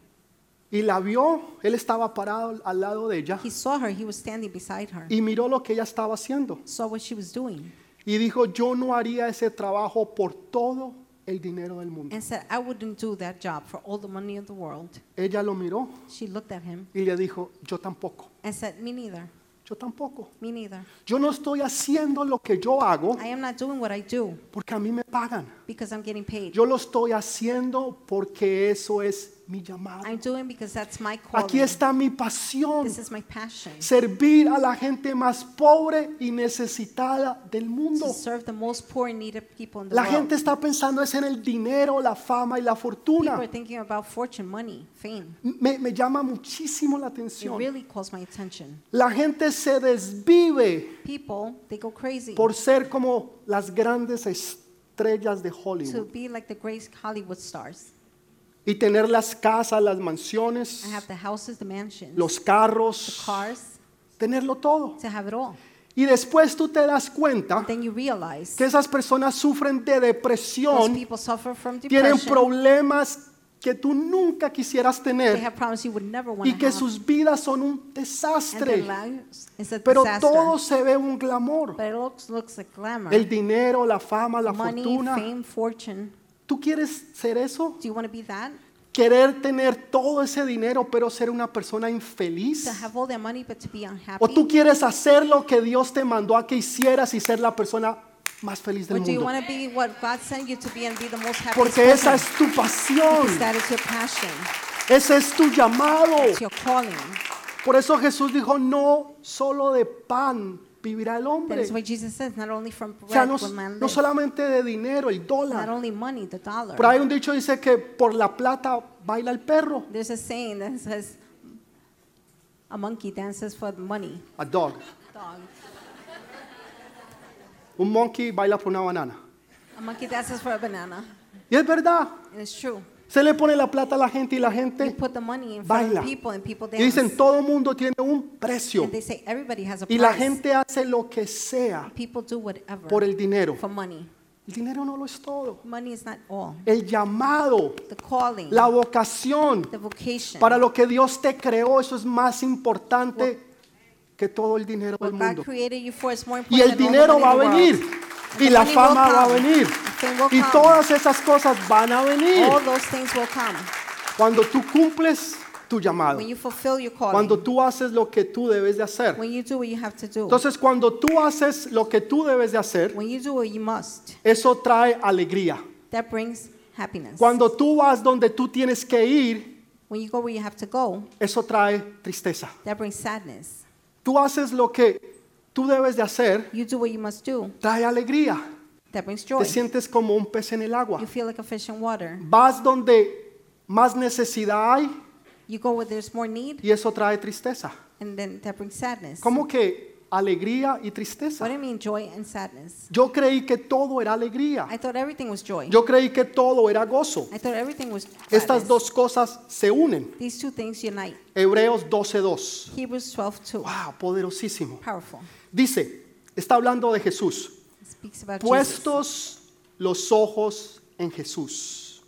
A: Y la vio, él estaba parado al lado de ella
B: He saw her. He was standing beside her.
A: y miró lo que ella estaba haciendo.
B: Saw what she was doing
A: Y dijo, yo no haría ese trabajo por todo el dinero del mundo.
B: and said, "I wouldn't do that job for all the money in the world."
A: Ella lo miró
B: She looked at him
A: y le dijo, yo tampoco,
B: and said, "Me neither.
A: yo tampoco.
B: Me neither.
A: Yo no estoy haciendo lo que yo hago
B: I am not doing what I do
A: porque a mí me pagan.
B: because I'm getting paid.
A: Yo lo estoy haciendo porque eso es mi llamado.
B: I'm doing because that's my calling.
A: Aquí está mi pasión.
B: This is my passion.
A: Servir a la gente más pobre y necesitada del
B: To
A: mundo.
B: serve the most poor and needed people in the
A: La
B: world.
A: gente está pensando es en el dinero, la fama y la
B: People are
A: fortuna.
B: thinking about fortune, money, fame.
A: Me, me llama muchísimo la
B: It
A: atención.
B: really calls my attention.
A: La gente se desvive
B: People, they go crazy
A: por ser como las grandes estrellas de
B: to
A: Hollywood
B: be like the great Hollywood stars.
A: y tener las casas, las
B: I
A: mansiones,
B: have the houses, the mansions,
A: los
B: the
A: carros,
B: cars,
A: tenerlo todo.
B: to have it all.
A: Y después tú te das cuenta
B: Then you realize
A: que esas personas sufren de
B: those
A: depresión,
B: people suffer from
A: tienen
B: depression.
A: problemas que tú nunca quisieras
B: They
A: tener
B: have problems you would never want
A: y
B: to
A: que
B: have.
A: sus vidas son un
B: and their
A: desastre.
B: lives is a
A: Pero
B: disaster.
A: todo se ve un glamour.
B: but it looks, looks like glamour.
A: El dinero, la fama, la
B: Money,
A: fortuna.
B: fame, fortune.
A: ¿Tú quieres ser eso?
B: Do you want to be that?
A: querer tener todo ese dinero pero ser una persona infeliz?
B: to have all their money but to be unhappy?
A: ¿O tú quieres hacer lo que Dios te mandó a que hicieras y ser la persona más feliz
B: or
A: del
B: do you
A: mundo?
B: want to be what God sent you to be and be the most happy
A: Porque esa es
B: person?
A: tu pasión,
B: Because that is your passion.
A: ese es tu llamado.
B: It's your calling.
A: Por eso Jesús dijo, no solo de pan vivirá el
B: That
A: hombre.
B: is why Jesus says, not only from
A: O sea,
B: bread
A: no,
B: will man
A: no
B: live,
A: solamente de dinero, el
B: not
A: dólar.
B: only money, the dollar.
A: Por ahí un dicho dice que por la plata baila el perro.
B: There's a saying that says, a monkey dances for money.
A: A dog.
B: Dog.
A: Un monkey baila por una banana.
B: A monkey dances for a banana.
A: Y es verdad.
B: And it's true.
A: Se le pone la plata a la gente y la
B: You
A: gente
B: put the money in front
A: Baila.
B: of people and people
A: y
B: dance.
A: dicen todo mundo tiene un precio.
B: and they say everybody has a
A: Y
B: price.
A: la gente hace lo que sea
B: people do whatever
A: por el dinero.
B: for money.
A: El dinero no lo es todo.
B: Money is not all.
A: El llamado,
B: The calling,
A: la vocación
B: the vocation,
A: para lo que Dios te creó, eso es más importante que todo el dinero del
B: what God
A: mundo.
B: created you for is more
A: Y el
B: important than all
A: dinero
B: the
A: va a
B: money in the
A: venir.
B: world.
A: Y
B: The
A: la
B: money will
A: fama va a
B: come.
A: venir.
B: The fame will
A: Y
B: come.
A: todas esas cosas van a venir
B: All those things will come
A: cuando tú cumples tu llamado.
B: when you fulfill your calling.
A: Cuando tú haces lo que tú debes de hacer.
B: when you do what you have to do.
A: Entonces, cuando tú haces lo que tú debes de hacer,
B: when you do what you must,
A: eso trae alegría.
B: that brings happiness.
A: Cuando tú vas donde tú tienes que ir,
B: when you go where you have to go,
A: eso trae tristeza.
B: that brings sadness.
A: Tú haces lo que tú debes de hacer,
B: You do what you must do,
A: trae alegría.
B: that brings joy.
A: Te sientes como un pez en el agua.
B: You feel like a fish in water.
A: Vas donde más necesidad hay
B: You go where there's more need,
A: y eso trae tristeza.
B: and then that brings sadness.
A: ¿Cómo que alegría y
B: What
A: tristeza?
B: do you mean joy and sadness?
A: Yo creí que todo era alegría.
B: I thought everything was joy.
A: Yo creí que todo era gozo.
B: I thought everything was
A: Estas
B: sadness.
A: dos cosas se unen.
B: These two things unite.
A: Hebreos 12:2.
B: Hebrews 12 2.
A: Wow, poderosísimo.
B: Powerful.
A: Dice, está hablando de Jesús.
B: It speaks about Jesus.
A: Puestos los ojos en Jesús,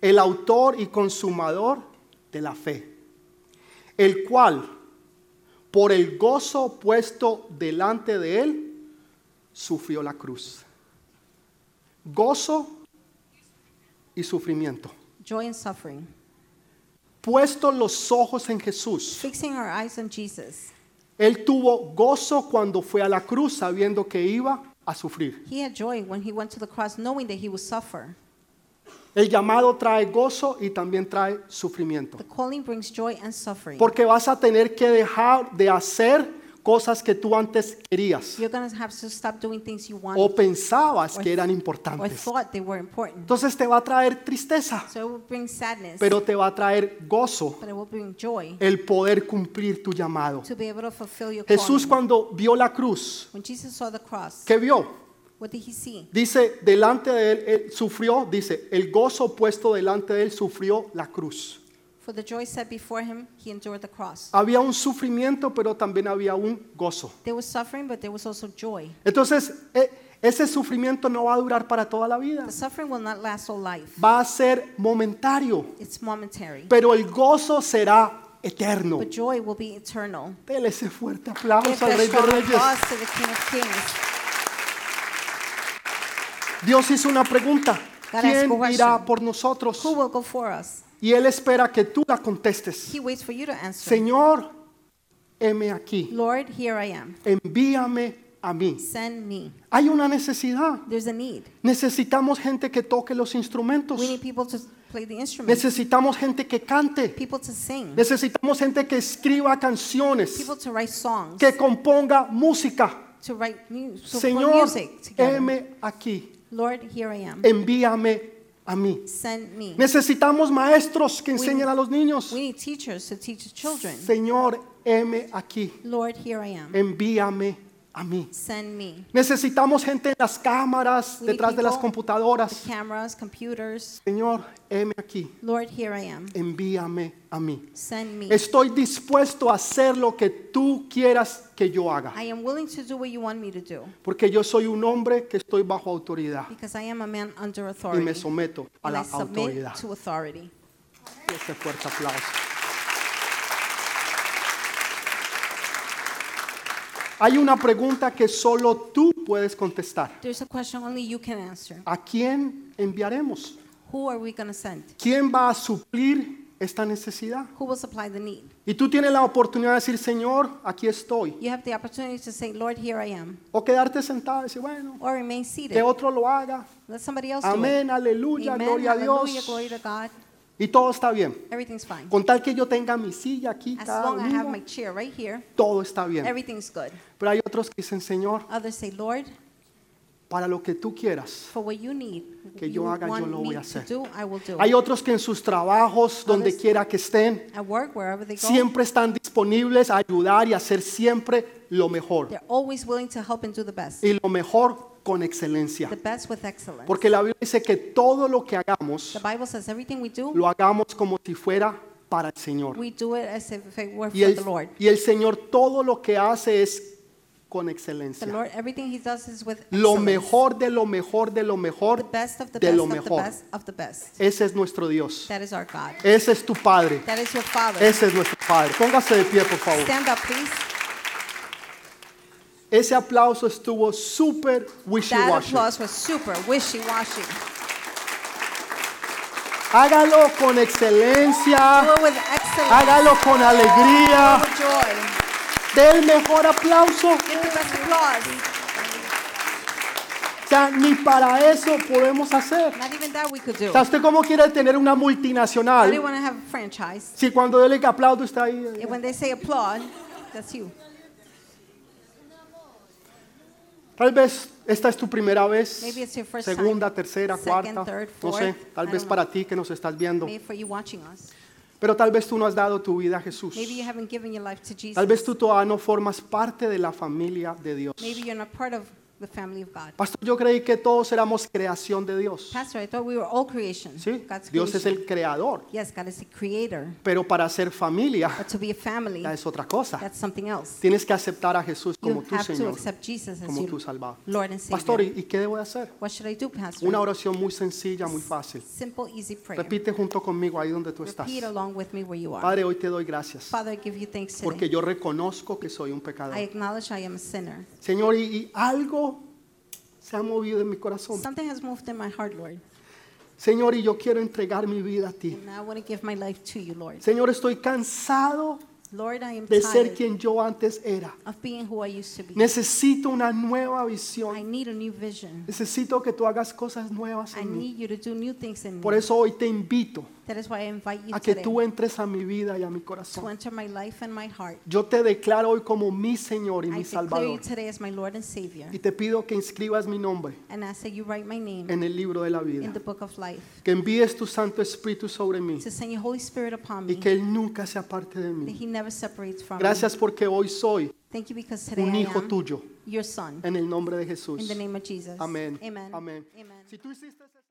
A: el autor y consumador de la fe, el cual, por el gozo puesto delante de él, sufrió la cruz. Gozo y sufrimiento.
B: Joy and suffering.
A: Puestos los ojos en Jesús.
B: Fixing our eyes on Jesus.
A: Él tuvo gozo cuando fue a la cruz sabiendo que iba a sufrir.
B: He had joy when he went to the cross knowing that he would suffer.
A: El llamado trae gozo y también trae sufrimiento.
B: The calling brings joy and suffering.
A: Porque vas a tener que dejar de hacer cosas que tú antes querías
B: You're going to have to stop doing things you want
A: o pensabas que eran
B: or
A: importantes.
B: thought they were important.
A: Entonces te va a traer tristeza,
B: So it will bring sadness,
A: pero te va a traer gozo
B: but it will bring joy
A: el poder cumplir tu llamado.
B: to be able to fulfill your
A: Jesús
B: calling.
A: cuando vio la cruz,
B: When Jesus saw the cross,
A: ¿qué vio?
B: what did he see?
A: Dice, delante de él, él sufrió, dice, el gozo puesto delante de él sufrió la cruz.
B: For the joy set before him, he endured the cross.
A: Había un sufrimiento, pero también había un gozo.
B: There was suffering, but there was also joy.
A: Entonces, e- ese sufrimiento no va a durar para toda la vida.
B: The suffering will not last all life.
A: Va a ser momentario,
B: It's momentary.
A: pero el gozo será eterno.
B: But joy will be eternal.
A: Dele ese fuerte
B: Give
A: aplauso al
B: that
A: Rey de
B: strong
A: Reyes.
B: applause to the King of Kings.
A: Dios hizo una pregunta.
B: God
A: ¿Quién
B: asked a
A: irá
B: question.
A: por nosotros?
B: Who will go for us?
A: Y Él espera que tú la contestes.
B: He waits for you to answer.
A: Señor, heme aquí.
B: Lord, here I am.
A: Envíame a mí.
B: Send me.
A: Hay una necesidad.
B: There's a need.
A: Necesitamos gente que toque los instrumentos.
B: We need people to play the instruments,
A: Necesitamos gente que cante.
B: people to sing,
A: Necesitamos gente que escriba canciones,
B: people to write songs,
A: que componga música.
B: to write mu- to put
A: Señor,
B: music together.
A: heme aquí.
B: Lord, here I am.
A: Envíame a mí.
B: Send me.
A: Necesitamos maestros que enseñen
B: need-
A: a los niños.
B: We need teachers to teach the children.
A: Señor, heme aquí.
B: Lord, here I am.
A: Envíame a mí.
B: Send me.
A: Necesitamos gente en las cámaras,
B: We need
A: detrás de las
B: people
A: computadoras.
B: with cameras, computers.
A: Señor, heme aquí.
B: Lord, here I am.
A: Envíame a mí.
B: Send me.
A: Estoy dispuesto a hacer lo que tú quieras que yo haga.
B: I am willing to do what you want me to do
A: Porque yo soy un hombre que estoy bajo autoridad
B: because I am a man under
A: y me
B: authority.
A: someto a
B: and
A: la
B: I submit
A: autoridad.
B: to authority.
A: Ese fuerte aplauso. Hay una pregunta que solo tú puedes contestar.
B: There's a question only you can answer.
A: ¿A quién enviaremos?
B: Who are we going to send?
A: ¿Quién va a suplir esta necesidad?
B: Who will supply the need?
A: Y tú tienes la oportunidad de decir, Señor, aquí estoy.
B: You have the opportunity to say, Lord, here I am.
A: O quedarte sentado y decir, bueno,
B: Or remain
A: que
B: seated.
A: otro lo haga.
B: Let somebody else
A: Amén,
B: do it.
A: aleluya,
B: Amen.
A: gloria a
B: Hallelujah.
A: Dios.
B: Glory to God.
A: Y todo está bien.
B: Everything's fine.
A: Con tal que yo tenga mi silla aquí,
B: As
A: cada
B: long as I have my
A: domingo,
B: chair right here,
A: todo está bien.
B: everything's good.
A: Pero hay otros que dicen, Señor,
B: Others say, Lord,
A: para lo que tú quieras.
B: for what you need,
A: Que
B: you
A: yo haga, yo
B: want
A: lo voy
B: me
A: a
B: to
A: hacer.
B: do, I will do.
A: Hay otros que en sus trabajos, donde
B: Others-
A: quiera que estén,
B: At work, wherever they go,
A: siempre están disponibles a ayudar y a hacer siempre lo mejor.
B: they're always willing to help and do the best.
A: Y lo mejor con excelencia.
B: The best with excellence.
A: Porque la Biblia dice que todo lo que hagamos,
B: The Bible says everything we do,
A: lo hagamos como si fuera para el Señor.
B: we do it as if it were for
A: Y el,
B: the Lord.
A: y el Señor todo lo que hace es con
B: The
A: excelencia.
B: Lord, everything he does is with
A: Lo
B: excellence.
A: mejor de lo mejor de lo
B: The
A: mejor,
B: best of the
A: de
B: best
A: lo
B: of the
A: mejor.
B: best of the best.
A: ese es nuestro Dios.
B: That is our God.
A: Ese es tu Padre.
B: That is your Father.
A: Ese es nuestro Padre. Póngase de pie, por favor.
B: Stand up, please.
A: Ese aplauso estuvo súper
B: That
A: wishy-washy. Ah.
B: applause was super wishy-washy.
A: Hágalo con
B: Do
A: excelencia.
B: it with excellence.
A: Hágalo con alegría.
B: With joy.
A: Dé el mejor aplauso.
B: Give the best applause.
A: O sea, ni para eso podemos hacer.
B: Not even that we could do.
A: O sea,
B: I
A: ¿usted cómo quiere tener una
B: didn't
A: multinacional?
B: want to have a franchise.
A: Si cuando yo le aplaudo está ahí. eh.
B: And when they say applaud, that's you.
A: Tal vez esta es tu primera vez,
B: Maybe it's your first time.
A: segunda, tercera,
B: Second,
A: cuarta,
B: third,
A: no sé,
B: fourth,
A: tal
B: I
A: vez
B: don't
A: para ti que nos estás viendo,
B: Maybe for you watching us.
A: pero tal vez tú no has dado tu vida a Jesús,
B: Maybe you haven't given your life to
A: tal
B: Jesus.
A: vez tú todavía no formas parte de la familia de Dios.
B: Maybe you're not part of the family of God.
A: Pastor, yo creí que todos éramos creación de Dios,
B: Pastor, I thought we were all creation.
A: ¿sí?
B: God's
A: Dios es
B: creation.
A: el creador,
B: Yes, God is the creator.
A: pero para ser familia
B: But to be a family,
A: ya es otra cosa.
B: that's something else.
A: Tienes que aceptar a Jesús
B: You
A: como tu
B: have to
A: Señor,
B: accept Jesus as
A: como tu
B: your
A: Salvador.
B: Lord and
A: Pastor,
B: Savior.
A: ¿y y qué debo de hacer?
B: What should I do, Pastor?
A: Una oración muy sencilla, muy fácil.
B: Simple, easy prayer.
A: Repite junto conmigo ahí donde tú estás.
B: Repeat oh along with me where you are.
A: Padre, hoy te doy gracias.
B: Father, I give you thanks
A: porque
B: today.
A: yo reconozco que soy un
B: I
A: pecador.
B: acknowledge I am a sinner.
A: Señor, y, y algo se ha movido en mi corazón.
B: Something has moved in my heart, Lord.
A: Señor, y yo quiero entregar mi vida a ti.
B: And I want to give my life to you, Lord.
A: Señor, estoy cansado
B: Lord, I am
A: de ser
B: tired
A: quien yo antes era.
B: of being who I used to be.
A: Necesito una nueva
B: I
A: visión.
B: need a new vision.
A: Necesito que tú hagas cosas nuevas
B: I
A: en mí.
B: need you to do new things in
A: Por
B: me.
A: eso hoy te invito
B: That is why I invite you
A: a que
B: today
A: tú entres a mi vida y a mi
B: to
A: corazón.
B: enter my life and my heart.
A: Yo te declaro hoy como mi Señor y
B: I
A: mi
B: declare you
A: Salvador.
B: today as my Lord and Savior.
A: Y te pido que inscribas mi nombre
B: And ask that you write my name
A: en el libro de la
B: in
A: vida.
B: the book of life.
A: Que envíes tu Santo Espíritu sobre mí.
B: To send your Holy Spirit upon
A: y
B: me.
A: que Él nunca sea parte de
B: That
A: mí.
B: he never separates from me.
A: Gracias porque hoy soy
B: Thank you because today
A: un
B: I
A: hijo
B: am
A: tuyo
B: your son.
A: en el nombre de Jesús.
B: In the name of Jesus.
A: Amén.
B: Amen.
A: Amén.
B: Amen.
A: Si tú hiciste ese-